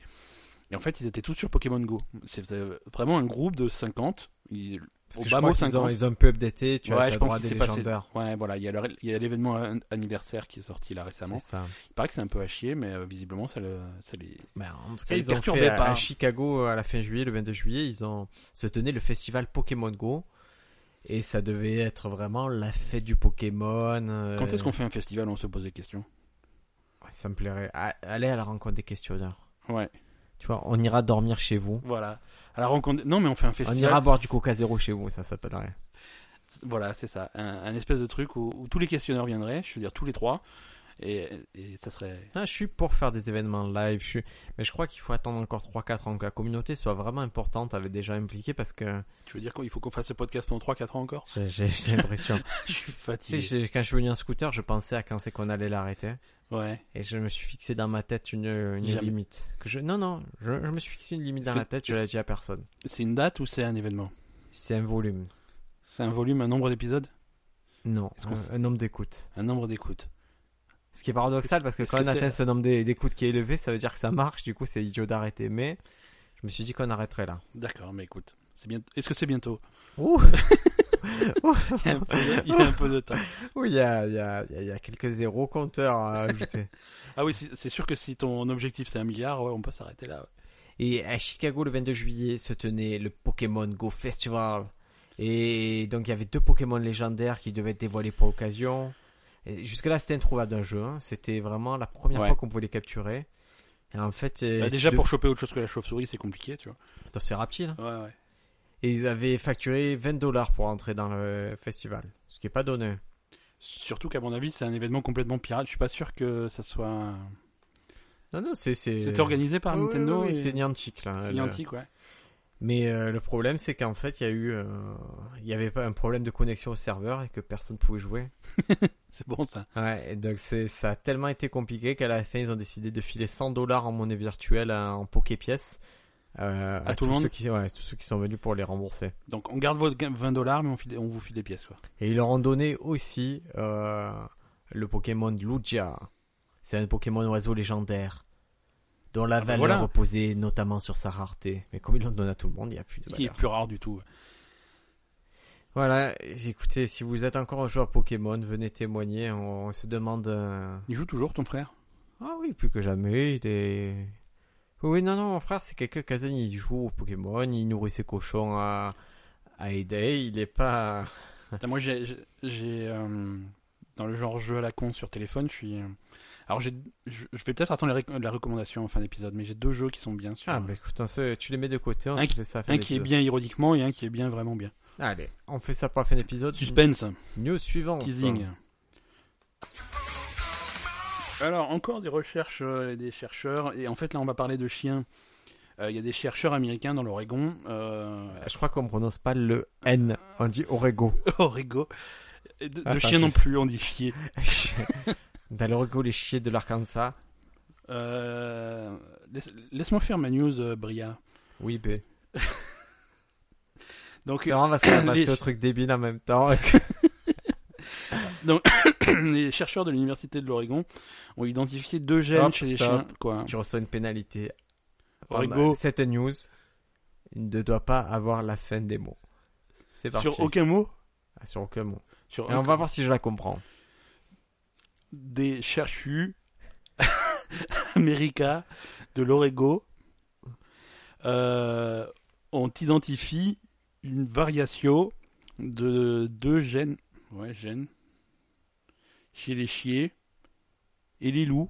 Et en fait, ils étaient tous sur Pokémon Go. C'était vraiment un groupe de 50. Ils- Au
Parce que je
bas
crois
mot
qu'ils ont,
50.
ils ont un peu updaté, tu as,
ouais,
tu as
je
droit
pense
à
qu'il
des
s'est passé.
légendaires.
Ouais, voilà, il y a leur- il y a l'événement an- anniversaire qui est sorti là récemment.
C'est ça.
Il paraît que c'est un peu à chier, mais euh, visiblement, ça, le, ça les.
Ben, en tout
Ça
cas,
les
ils ont
perturbait
fait à-
pas.
à Chicago à la fin juillet, le 22 juillet, ils ont se tenait le festival Pokémon Go et ça devait être vraiment la fête du Pokémon. euh,
Quand est-ce qu'on fait un festival où on se pose des questions
Ça me plairait. A- Allez à la rencontre des questionneurs.
Ouais,
Tu vois, on ira dormir chez vous.
voilà. À la rencontre. Non, mais on fait un
On
festival.
ira boire du Coca Zéro chez vous, ça s'appellerait.
Voilà, c'est ça. Un, un espèce de truc où, où tous les questionneurs viendraient, je veux dire tous les trois, et, et ça serait.
Ah, je suis pour faire des événements live, je suis... mais je crois qu'il faut attendre encore 3-4 ans que la communauté soit vraiment importante avec des gens impliqués parce que
Tu veux dire qu'il faut qu'on fasse ce podcast pendant 3-4 ans encore
j'ai- j'ai j'ai l'impression.
Je suis
tu sais,
fatigué.
j'ai- quand je suis venu en scooter, je pensais à quand c'est qu'on allait l'arrêter.
Ouais.
Et je me suis fixé dans ma tête une, une
Jamais.
limite. Que je... Non, non, je, je me suis fixé une limite
Est-ce
dans
que-
la tête, je l'ai dit à personne.
C'est une date ou c'est un événement
C'est un volume.
C'est un volume, un nombre d'épisodes
Non,
Est-ce qu'on
un,
s-
un nombre d'écoutes.
Un nombre d'écoutes.
Ce qui est paradoxal parce que
est-ce
quand
que
on
c'est-
atteint ce nombre d'é- d'écoutes qui est élevé, ça veut dire que ça marche, du coup c'est idiot d'arrêter. Mais je me suis dit qu'on arrêterait là.
D'accord, mais écoute. C'est bien... Est-ce que c'est bientôt
Ouh
il, y a un peu de... il y a un peu de temps.
Ouh, il y a, il y a- il y a- il y a quelques zéros compteurs à ajouter.
Ah oui, c'est c'est sûr que si ton objectif c'est un milliard, ouais, on peut s'arrêter là. ouais.
Et à Chicago, le 22 juillet, se tenait le Pokémon Go Festival. Et donc, il y avait deux Pokémon légendaires qui devaient être dévoilés pour l'occasion. Et Jusque-là, c'était introuvable un jeu. hein. C'était vraiment la première
Ouais.
fois qu'on pouvait les capturer. Et en fait, euh,
Bah,
tu
déjà
dev-
pour choper autre chose que la chauve-souris, c'est compliqué, tu vois.
Attends, c'est rapide. hein.
Ouais, ouais.
Et ils avaient facturé 20 dollars pour entrer dans le festival. Ce qui est pas donné.
Surtout qu'à mon avis, c'est un événement complètement pirate. Je suis pas sûr que ça soit. un-
Non, non, c'est. c'est-
C'est organisé par
Ah Oui, oui,
Nintendo.
oui,
et-
c'est Niantic là.
C'est
Le-
Niantic, ouais.
Mais euh, le problème, c'est qu'en fait, il y a eu, euh, il y avait pas un problème de connexion au serveur et que personne pouvait jouer.
C'est bon ça.
Ouais, et donc c'est, ça a tellement été compliqué qu'à la fin, ils ont décidé de filer 100 dollars en monnaie virtuelle euh, en poké pièces euh, à,
tout le
tous
monde
ceux qui, ouais, tous ceux qui sont venus pour les rembourser.
Donc on garde votre gain- 20 dollars, mais on, file- on vous file des pièces quoi.
Et ils leur ont donné aussi euh, le Pokémon Lugia. C'est un Pokémon oiseau légendaire dont la
bah
valeur
voilà.
reposait notamment sur sa rareté. Mais comme ils l'ont donné à tout le monde, il n'y a plus de
Il est
valeur.
plus rare du tout.
Voilà, écoutez, si vous êtes encore un joueur Pokémon, venez témoigner. On, on se demande. euh,
Il joue toujours ton frère
Ah oui, plus que jamais, il est. Oui, oui, non, non, mon frère, c'est quelqu'un, Kazen, il joue au Pokémon, il nourrit ses cochons à, à aider, il est pas.
Putain, Moi j'ai j'ai- j'ai, euh, dans le genre jeu à la con sur téléphone, je suis. euh, Alors j'ai je je vais peut-être attendre la, ré- la recommandation en fin d'épisode, mais j'ai deux jeux qui sont bien sur.
Ah, bah écoute, on se- tu les mets de côté, on
Un
se
qui-
fait ça. à la fin
un qui est
d'épisode.
bien ironiquement et un qui est bien vraiment bien.
Allez, on fait ça pour la fin d'épisode.
Suspense,
News suivante.
teasing. Alors encore des recherches euh, et des chercheurs et en fait là on va parler de chiens. Euh, Il y a des chercheurs américains dans l'Oregon. euh,
Je crois qu'on prononce pas le N, on dit Orego.
Origo. Et De, de
Attends,
chien
je
non
sais.
plus, on dit chier.
Dans l'Orego, les chiens de l'Arkansas.
Euh, laisse- Laisse-moi faire ma news, euh, Bria.
Oui, ben. B.
Donc,
C'est vraiment parce qu'on a
Les-
passé au truc débile en même temps.
Donc, les chercheurs de l'université de l'Oregon ont identifié deux gènes
Hop,
chez les
stop.
chiens. Quoi.
Tu reçois une pénalité.
Origo.
Pardon, Cette news ne doit pas avoir la fin des mots. C'est parti.
Sur aucun mot.
Ah, sur aucun mot.
Sur
Et on
aucun-
va voir si je la comprends.
des cherchus américains de l'Orego euh, ont identifié une variation de deux gènes, ouais, gènes chez les chiens et les loups.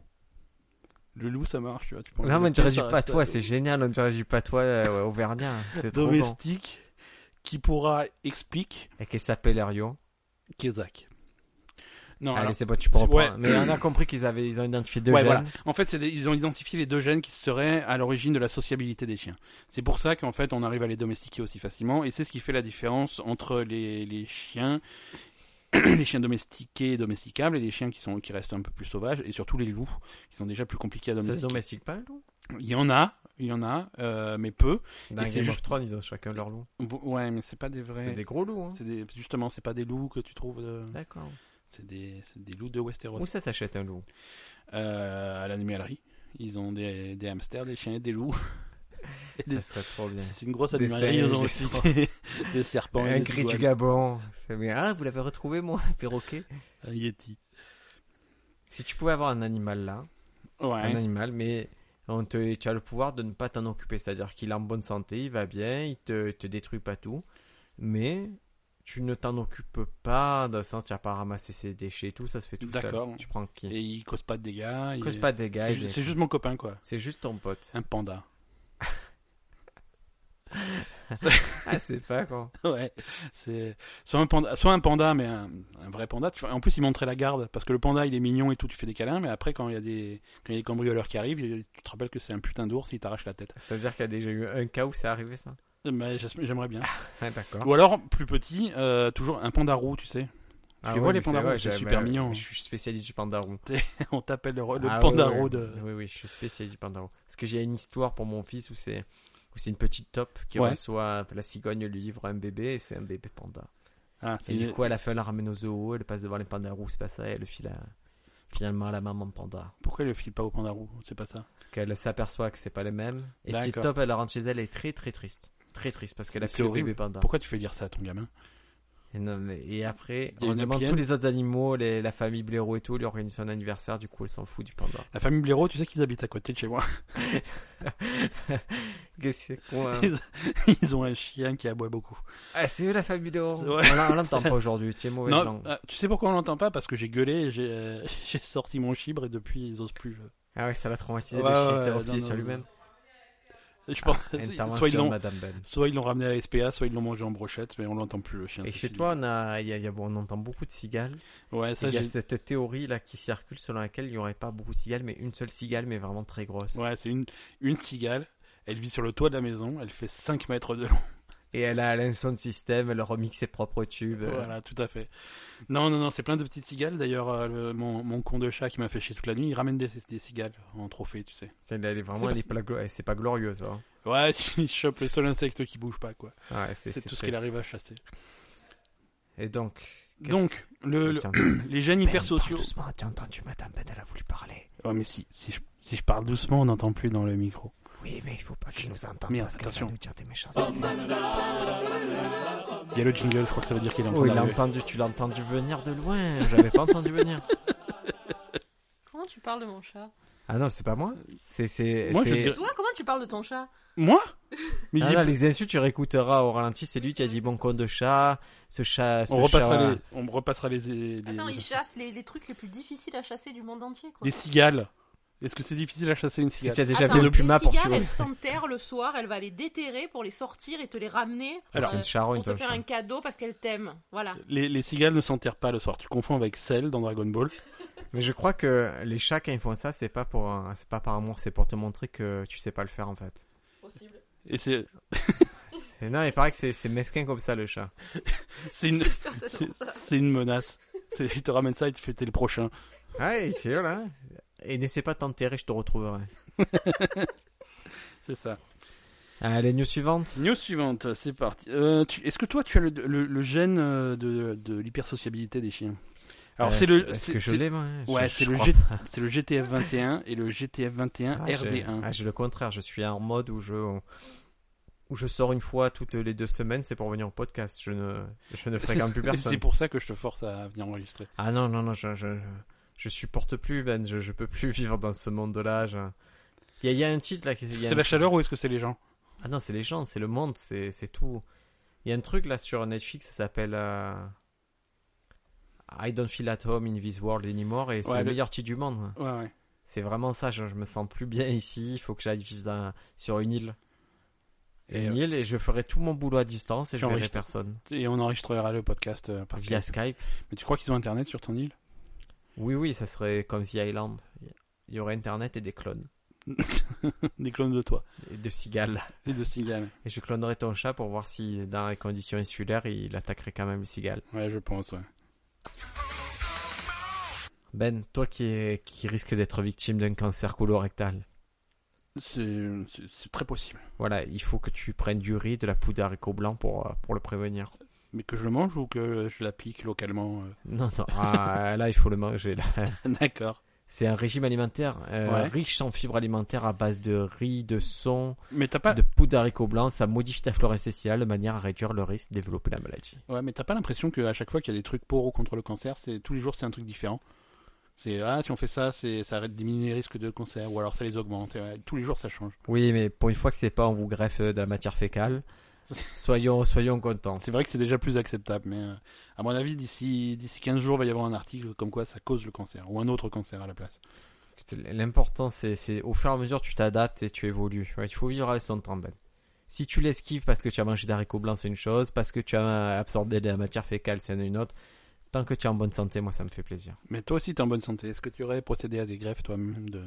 Le loup, ça marche, tu vois. Tu prends
Là,
le
on
lapin,
dirait du
ça reste
patois,
à-
c'est génial. On dirait du patois euh, auvergnat. C'est trop bon.
domestique qui pourra expliquer
Et qui s'appelle Arion.
Kézak. Non, alors-
Allez, c'est bon, tu peux reprendre.
Ouais.
Mais on a compris qu'ils avaient, ils ont identifié deux
Ouais,
gènes.
voilà. En fait, c'est des- ils ont identifié les deux gènes qui seraient à l'origine de la sociabilité des chiens. C'est pour ça qu'en fait, on arrive à les domestiquer aussi facilement, et c'est ce qui fait la différence entre les, les chiens, les chiens domestiqués et domesticables, et les chiens qui sont qui restent un peu plus sauvages, et surtout les loups, qui sont déjà plus compliqués à
Ça se
domestiquer.
domestique pas, le loup
Il y en a, il y en a, euh, mais peu.
Dans
Et c'est
Game of
juste-
Thrones, ils ont chacun leur loup.
Vous- Ouais, mais c'est pas des
C'est
vrais.
des gros loups. hein.
C'est des... Justement, c'est pas des loups que tu trouves. euh,
D'accord.
C'est des... c'est des loups de Westeros.
Où ça s'achète un loup
Euh, à l'animalerie, ils ont des... des hamsters, des chiens et des loups. Et des
Ça serait trop bien.
C'est une grosse
Des
animalerie, ils ont aussi
singes,
des, des serpents,
Un
et
gris
des
du
iguanes,
Gabon. Mais, ah, vous l'avez retrouvé, moi, un perroquet.
un yeti.
Si tu pouvais avoir un animal là, un
Ouais.
animal, mais on te, tu as le pouvoir de ne pas t'en occuper. C'est-à-dire qu'il est en bonne santé, il va bien, il te, te détruit pas tout. Mais tu ne t'en occupes pas, dans le sens, tu vas pas ramasser ses déchets et tout, ça se fait tout seul.
D'accord.
Tu prends qui
Et il cause pas de dégâts. il
Cause
est-
pas de dégâts.
C'est
il
ju-
est-
c'est juste mon copain, quoi.
C'est juste ton pote.
Un panda.
Ah, c'est pas quoi.
ouais. C'est soit un panda, soit un panda, mais un, un vrai panda. Tu vois, En plus, il montrait la garde parce que le panda, il est mignon et tout, tu fais des câlins, mais après, quand il y a des, quand il y a des cambrioleurs qui arrivent, il- tu te rappelles que c'est un putain d'ours, il t'arrache la tête.
Ça veut dire qu'il y a déjà eu un cas où c'est arrivé ça.
Mais j'es- j'aimerais bien.
Ah, d'accord.
Ou alors, plus petit, euh, toujours un panda roux, tu sais.
Ah
les vois,
mais
les pandas
c'est-
roux, c'est
j'ai-
super
bah,
mignon.
Je suis spécialiste du panda roux.
On t'appelle le, Oh, le
Ah,
panda
ouais, ouais.
roux de.
Oui, oui, je suis spécialiste du panda roux. Parce que j'ai une histoire pour mon fils où c'est où c'est une petite top qui
Ouais.
reçoit la cigogne lui livre un bébé et c'est un bébé panda.
Ah,
Et
c'est
du coup, à la fin, elle la ramène au zoo, elle passe devant les pandas roux, c'est pas ça, et elle le file à... finalement à la maman panda.
Pourquoi il le file pas au panda roux C'est pas ça.
Parce qu'elle s'aperçoit que c'est pas les mêmes. Et
D'accord.
petite top, elle rentre chez elle, elle est très très triste. Très triste parce qu'elle a
C'est
plus le
horrible.
bébé panda.
Pourquoi tu fais dire ça à ton gamin
Et, non, mais- et après,
Il y a
on
une
demande
APM.
tous les autres animaux, les- la famille Blaireau et tout, lui organise son anniversaire, du coup elle s'en fout du panda.
La famille Blaireau, tu sais qu'ils habitent à côté de chez moi.
Qu'est-ce que c'est con, hein.
Ils ont un chien qui aboie beaucoup.
Ah, c'est eux la famille Blaireau.
C'est
On
vrai.
l'en- on l'entend pas aujourd'hui, tu es mauvaise
non,
langue.
euh, tu sais pourquoi on l'entend pas Parce que j'ai gueulé, et j'ai euh, j'ai sorti mon chibre et depuis ils osent plus. euh,
Ah ouais, ça l'a traumatisé
Ouais,
de
ouais,
chier sur
non,
le pied
non, Ah,
sur
non.
lui-même.
Je pense. soit ils
Intervention de
l'ont,
Madame Ben.
soit ils l'ont ramené à la SPA, soit ils l'ont mangé en brochette, mais on l'entend plus le chien.
Et
c'est
chez
fini.
toi, on, a, il y a- il y a- on entend beaucoup de cigales.
Ouais,
Et
ça.
Il y a
j'ai-
cette théorie là qui circule selon laquelle il n'y aurait pas beaucoup de cigales, mais une seule cigale, mais vraiment très grosse.
Ouais, c'est une une cigale. Elle vit sur le toit de la maison. Elle fait 5 mètres de long.
Et elle a, elle a un sound system, elle remixe ses propres tubes. euh,
Voilà, tout à fait. Non, non, non, c'est plein de petites cigales. D'ailleurs, euh, le- mon, mon con de chat qui m'a fait chier toute la nuit, il ramène des, des cigales en trophée, tu sais.
Elle, elle est
C'est
vraiment,
parce-
elle est pas glo- c'est pas glorieux ça.
Ouais, il chope le seul insecte qui bouge pas, quoi.
Ouais, c'est
C'est
c'est
tout ce
triste.
qu'il arrive à chasser.
Et donc. qu'est-ce
Donc,
que-
Euh, le, le-
Tiens,
les gènes
Ben, parle
hypersociaux.
doucement, T'as entendu Madame Ben, elle a voulu parler.
Ouais, mais si, si, je, si je parle doucement, on n'entend plus dans le micro.
Oui, mais il faut pas qu'elle nous entende.
Merde,
parce qu'elle
attention. Ah,
va nous dire des méchancetés.
Il y a le jingle, je crois que ça veut dire qu'il est en
Oh,
train
il l'a
d'arriver.
entendu, tu l'as entendu venir de loin. J'avais pas entendu venir.
Comment tu parles de mon chat
Ah non, c'est pas moi. C'est c'est.
Moi, je
c'est-
dirais-
Toi, comment tu parles de ton chat
Moi Mais
Ah
il-
non, les insultes, tu réécouteras au ralenti. C'est lui qui a dit bon con de chat. Ce chat. ce
on, repassera
chat-
les, on repassera les, les,
Attends,
les-
il chasse les, les trucs les plus difficiles à chasser du monde entier, quoi.
les cigales. Est-ce que c'est difficile à chasser une
Est-ce que tu
cigale
as déjà
Attends,
vu le
les
puma pour
cigales,
tuer
elles s'enterrent le soir, elle va les déterrer pour les sortir et te les ramener
Alors,
C'est
euh,
une charogne,
pour
toi.
te
je
faire
crois.
un cadeau parce qu'elle t'aime. Voilà.
les, les cigales ne s'enterrent pas le soir. Tu confonds avec celle dans Dragon Ball.
Mais je crois que les chats, quand ils font ça, c'est pas pour, un- c'est pas par amour, c'est pour te montrer que tu sais pas le faire en fait.
Possible.
Et c'est
C'est- Non, il paraît que c'est- c'est mesquin comme ça le chat.
c'est une,
C'est certainement
c'est-
ça.
c'est une menace. C'est- Il te ramène ça et te fait t'es le prochain.
Ouais, c'est sûr là. Et n'essaie pas de t'enterrer, je te retrouverai.
C'est ça.
Ah, les news suivantes.
News suivante, c'est parti. Euh, tu- Est-ce que toi, tu as le, le, le gène euh, de, de l'hypersociabilité des chiens Alors
Euh,
c'est le
Est-ce
c'est
que je
c'est-
l'ai moi Je-
ouais,
je
c'est le
crois
G-
pas.
c'est le GTF 21 et le GTF 21
Ah, j'ai-
RD1.
ah, J'ai le contraire, je suis en mode où je, où je sors une fois toutes les deux semaines, c'est pour venir au podcast. Je ne, je ne fréquente plus personne.
C'est pour ça que je te force à venir enregistrer.
Ah non, non, non, je, je, je supporte plus, Ben. Je, je peux plus vivre dans ce monde-là. je- Il y, a- il y a un titre là qui
Est-ce
il
que
y a
C'est
un-
la chaleur ou est-ce que c'est les gens
Ah non, c'est les gens, c'est le monde, c'est c'est tout. Il y a un truc là sur Netflix, ça s'appelle euh, I don't feel at home in this world anymore et c'est
Ouais,
le
le-
meilleur titre du monde.
Ouais, ouais.
C'est vraiment ça, je, je me sens plus bien ici, il faut que j'aille vivre dans- sur une île.
Et,
une île et je ferai tout mon boulot à distance
Tu
et je verrai
enregistres-
personne.
et on enregistrera le podcast euh, par
Via
Skype.
Skype.
Mais tu crois qu'ils ont internet sur ton île
Oui, oui, ça serait comme The Island. Il y aurait internet et des clones.
Des clones de toi
Et de cigales.
et de cigales.
Et je clonerai ton chat pour voir si dans les conditions insulaires il attaquerait quand même les cigales.
Ouais, je pense. Ouais.
Ben, toi qui, es- qui risque d'être victime d'un cancer colorectal,
C'est c'est- c'est très possible.
voilà, il faut que tu prennes du riz, de la poudre d'haricots blancs pour, euh, pour le prévenir.
Mais que je le mange ou que je l'applique localement euh
Non, non, ah, là il faut le manger. là.
D'accord.
C'est un régime alimentaire euh,
Ouais.
riche en fibres alimentaires à base de riz, de son,
Mais t'as pas
de poudre d'haricots blancs. Ça modifie ta flore essentielle de manière à réduire le risque de développer la maladie.
Ouais, mais t'as pas l'impression qu'à chaque fois qu'il y a des trucs pour ou contre le cancer, c'est tous les jours c'est un truc différent. C'est ah si on fait ça, c'est ça arrête- diminue les risques de cancer ou alors ça les augmente. Et ouais, tous les jours ça change.
Oui, mais pour une fois que c'est pas on vous greffe euh, de la matière fécale, soyons, soyons contents.
C'est vrai que c'est déjà plus acceptable, mais euh, à mon avis d'ici d'ici 15 jours il va y avoir un article comme quoi ça cause le cancer ou un autre cancer à la place.
L'important, c'est, c'est au fur et à mesure, tu t'adaptes et tu évolues. Ouais, il faut vivre avec son temps, Ben. Si tu l'esquives parce que tu as mangé d'haricots blancs, c'est une chose. Parce que tu as absorbé de la matière fécale, c'est une autre. Tant que tu es en bonne santé, moi, ça me fait plaisir.
Mais toi aussi t'es en bonne santé. Est-ce que tu aurais procédé à des greffes toi-même de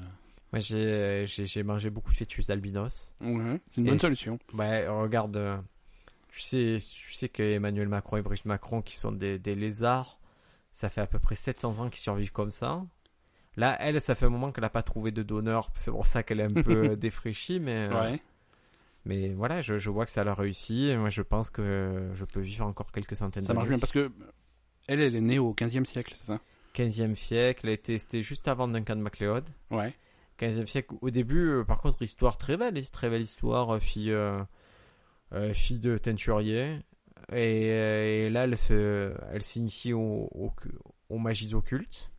Moi, j'ai, euh, j'ai, j'ai mangé beaucoup de fœtus albinos.
Ouais, C'est une
Et
bonne
c'est-
solution.
Ouais, regarde, euh, tu sais, tu sais que Emmanuel Macron et Brigitte Macron, qui sont des, des lézards, ça fait à peu près 700 ans qu'ils survivent comme ça. Là, elle, ça fait un moment qu'elle n'a pas trouvé de donneur. C'est pour ça qu'elle est un peu défraîchie, mais. euh,
Ouais.
Mais voilà, je, je vois que ça l'a réussi. Et moi, je pense que je peux vivre encore quelques centaines
Ça marche bien parce que elle elle est née au 15e siècle, c'est ça
15e siècle, elle était, c'était juste avant Duncan MacLeod.
Ouais.
15e siècle, au début, euh, par contre, histoire très belle, très belle histoire, euh, fille, euh, euh, fille de teinturier. Et, euh, et là, elle, se, elle s'initie au- au- aux magies occultes.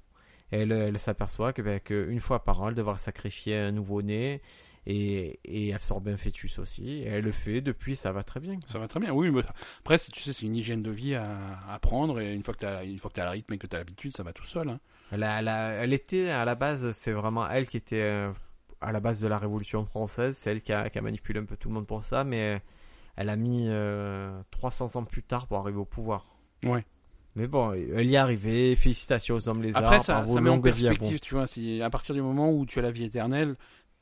Et elle, elle s'aperçoit que, ben, que une fois par an, elle devra sacrifier un nouveau-né et, et absorber un fœtus aussi. Et elle le fait, depuis, ça va très bien.
Ça va très bien, oui. Mais après, c'est- tu sais, c'est une hygiène de vie à, à prendre. Et une fois que tu as, le rythme et que tu as l'habitude, ça va tout seul. hein.
Elle, a- elle a- elle était à la base, c'est vraiment elle qui était euh, à la base de la Révolution française, c'est elle qui a, qui a manipulé un peu tout le monde pour ça, mais elle a mis euh, 300 ans plus tard pour arriver au pouvoir.
Ouais.
Mais bon, elle y est arrivée, félicitations aux hommes lézards
Après,
par
ça,
vos
ça met en
longues vies à vous.
perspective, tu vois. Si, à partir du moment où tu as la vie éternelle,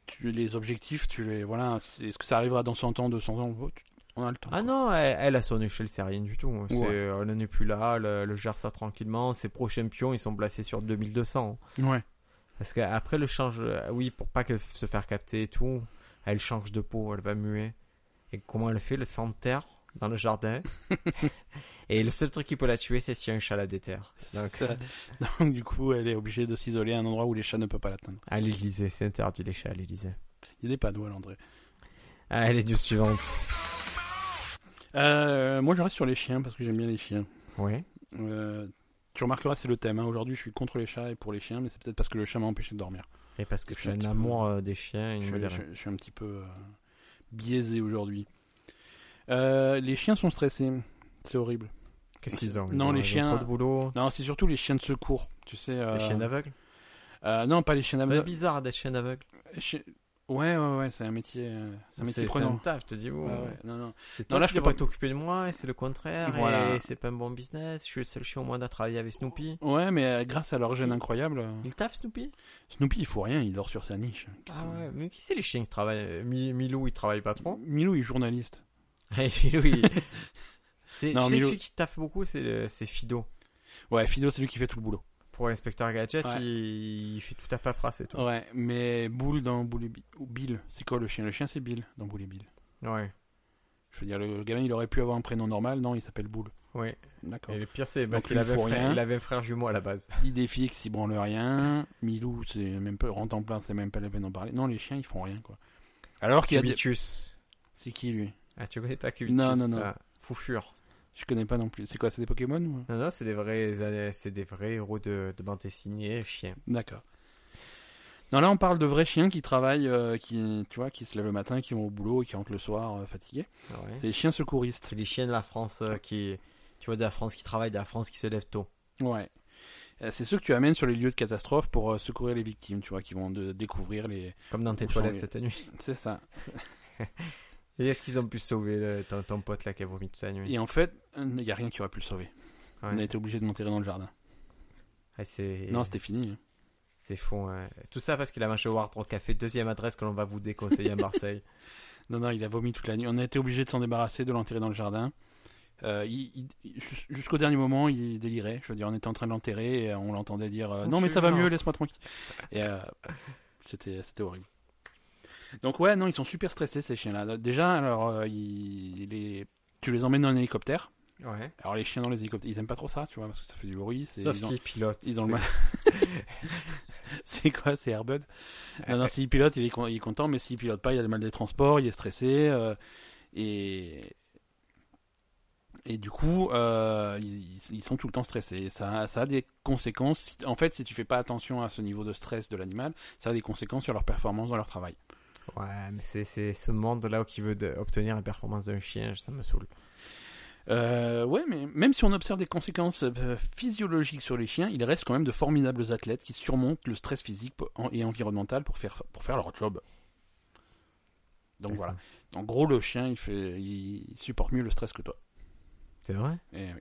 tu, les objectifs, tu les. Voilà. c'est- Est-ce que ça arrivera dans 100 ans, 200 ans Oh, tu- On a le temps.
Ah non, elle, elle, à son échelle, c'est rien du tout. C'est-
Ouais.
Elle n'en est plus là, elle, elle gère ça tranquillement. Ses prochains pions, ils sont placés sur 2200.
Ouais.
Parce qu'après le change, euh, oui, pour pas que se faire capter et tout, elle change de peau, elle va muer. Et comment elle fait Le terre dans le jardin. et le seul truc qui peut la tuer, c'est si un chat la déterre. Donc,
Ça- Donc, du coup, elle est obligée de s'isoler à un endroit où les chats ne peuvent pas l'atteindre.
euh, à l'Elysée, c'est interdit les chats à Ah, l'Elysée.
Il y a des panneaux à l'entrée.
Allez, news suivante.
Euh, moi, je reste sur les chiens parce que j'aime bien les chiens.
Oui.
Euh, tu remarqueras, c'est le thème. hein. Aujourd'hui, je suis contre les chats et pour les chiens, mais c'est peut-être parce que le chat m'a empêché de dormir.
Et parce que
Je
tu
suis
as
un
un
petit peu-
amour euh, des chiens,
Je,
une
suis- je- je suis un petit peu euh, biaisé aujourd'hui. Euh, les chiens sont stressés, c'est horrible.
Qu'est-ce qu'ils ont
Non,
Ils ont-
les
ils ont
chiens-
Trop de boulot.
Non, c'est surtout les chiens de secours, tu sais. euh,
Les chiens aveugles.
euh, non, pas les chiens
C'est
d'amour.
bizarre d'être chien aveugle.
Ouais, ouais, ouais, c'est un métier, euh, c'est un métier
C'est c'est un
prenant.
taf, je te dis. oh,
Ouais, ouais, non, non.
C'est
Non,
toi
là,
qui
je peux
devrais
pas-
t'occuper de moi, et c'est le contraire,
Voilà.
et c'est pas un bon business, je suis le seul chien au monde à travailler avec Snoopy.
Ouais, mais euh, grâce à leur gène incroyable, euh,
Il taffe Snoopy
Snoopy il faut rien, il dort sur sa niche.
Ah ouais, mais qui c'est les chiens qui travaillent Mi- Milou, il travaille pas trop.
Milou il est journaliste.
Et Milou, il... c'est,
Non,
tu sais,
Milou-
celui qui taffe beaucoup, c'est, le- c'est Fido.
Ouais, Fido c'est lui qui fait tout le boulot.
Pour l'inspecteur Gadget,
Ouais.
il... il fait tout à paperasse et tout.
Ouais, mais Boule dans Boule et Bi- ou Bill, c'est quoi le chien Le chien c'est Bill dans Boule et Bill.
Ouais,
Je veux dire, le, le gamin il aurait pu avoir un prénom normal, non, il s'appelle Boule.
ouais.
D'accord.
Et le pire, c'est
Donc,
parce
il
qu'il avait,
faut
un frère-
rien.
il avait un frère jumeau à la base.
Idée fixe, ils branlent rien. Milou, c'est même pas, rentre en plein, c'est même pas la peine d'en parler. Non, les chiens, ils font rien, quoi. Alors qu'il y a des...
Cubitus.
C'est qui, lui
Ah, tu connais pas Cubitus
Non, non, non.
ah, Foufure.
Je connais pas non plus. C'est quoi, c'est des Pokémon ou...
Non, non, c'est des vrais, euh, c'est des vrais héros de, de bande dessinée, chiens.
D'accord. Non, là, on parle de vrais chiens qui travaillent, euh, qui, tu vois, qui se lèvent le matin, qui vont au boulot et qui rentrent le soir euh, fatigués.
Ouais.
C'est les chiens secouristes.
C'est les chiens de la France euh, qui, tu vois, de la France qui travaille, de la France qui se lève tôt.
Ouais. Euh, C'est ceux que tu amènes sur les lieux de catastrophe pour euh, secourir les victimes, tu vois, qui vont de- découvrir les.
Comme dans tes
Ou
toilettes
changer.
cette nuit.
C'est ça.
Et est-ce qu'ils ont pu sauver le- ton, ton pote là qui a vomi toute la nuit
Et en fait, il n'y a rien qui aurait pu le sauver. On a
Ouais.
été obligé de m'enterrer dans le jardin.
Ah, c'est,
Non, c'était fini. hein.
c'est fou. hein. Tout ça parce qu'il a mangé au Hard Rock Café, deuxième adresse que l'on va vous déconseiller à Marseille.
Non, non, il a vomi toute la nuit. On a été obligé de s'en débarrasser, de l'enterrer dans le jardin. Euh, il- il- il- jus- Jusqu'au dernier moment, il délirait. Je veux dire, on était en train de l'enterrer et on l'entendait dire euh, Non, mais ça va
Absolument.
mieux, laisse-moi tranquille. Et euh, c'était c'était horrible. Donc, ouais, non, ils sont super stressés ces chiens-là. Déjà, alors, euh, ils- les- tu les emmènes dans un hélicoptère.
Ouais.
Alors, les chiens dans les hélicoptères, ils aiment pas trop ça, tu vois, parce que ça fait du bruit. c'est-
Sauf
ils ont-
si pilote.
ils ont le
C'est-
mal. c'est quoi, c'est Airbud Non, non, s'il pilote, il est, con- il est content, mais s'il pilote pas, il a le mal des transports, il est stressé. euh, et... et du coup, euh, ils, ils- ils sont tout le temps stressés. Et Ça, ça a des conséquences. Si- En fait, si tu fais pas attention à ce niveau de stress de l'animal, ça a des conséquences sur leur performance dans leur travail.
Ouais, mais c'est, c'est ce monde-là qui veut de- obtenir la performance d'un chien, ça me saoule.
Euh, ouais, mais même si on observe des conséquences euh, physiologiques sur les chiens, ils restent quand même de formidables athlètes qui surmontent le stress physique po- en- et environnemental pour faire, pour faire leur job. Donc voilà. En gros, le chien, il, fait, il supporte mieux le stress que toi.
C'est vrai
Eh oui.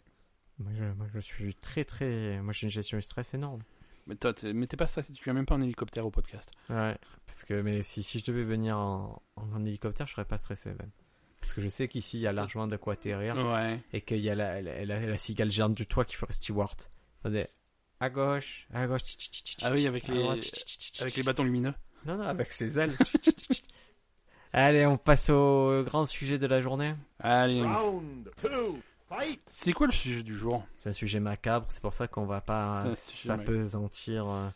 moi je, moi, je suis très très. Moi, j'ai une gestion du stress énorme.
Mais toi, t'es mais t'es pas stressé, tu viens même pas en hélicoptère au podcast.
Ouais. Parce que, mais si, si je devais venir en, en hélicoptère, je serais pas stressé, même. Parce que je sais qu'ici, il y a largement de quoi atterrir
Ouais.
et qu'il y a la, la, la- la cigale géante du toit qui ferait Stewart. Attendez. À gauche, à gauche. tch, tch, tch, tch,
Ah oui, avec
à
les-
droite, tch, tch, tch, tch,
Avec
tch.
les bâtons lumineux.
Non, non, avec ses ailes. Tch, tch, tch, tch. Allez, on passe au grand sujet de la journée.
Allez.
Round two, fight!
C'est quoi le sujet du jour
C'est un sujet macabre, c'est pour ça qu'on va pas
C'est un
euh,
sujet macabre.
s'apesantir euh,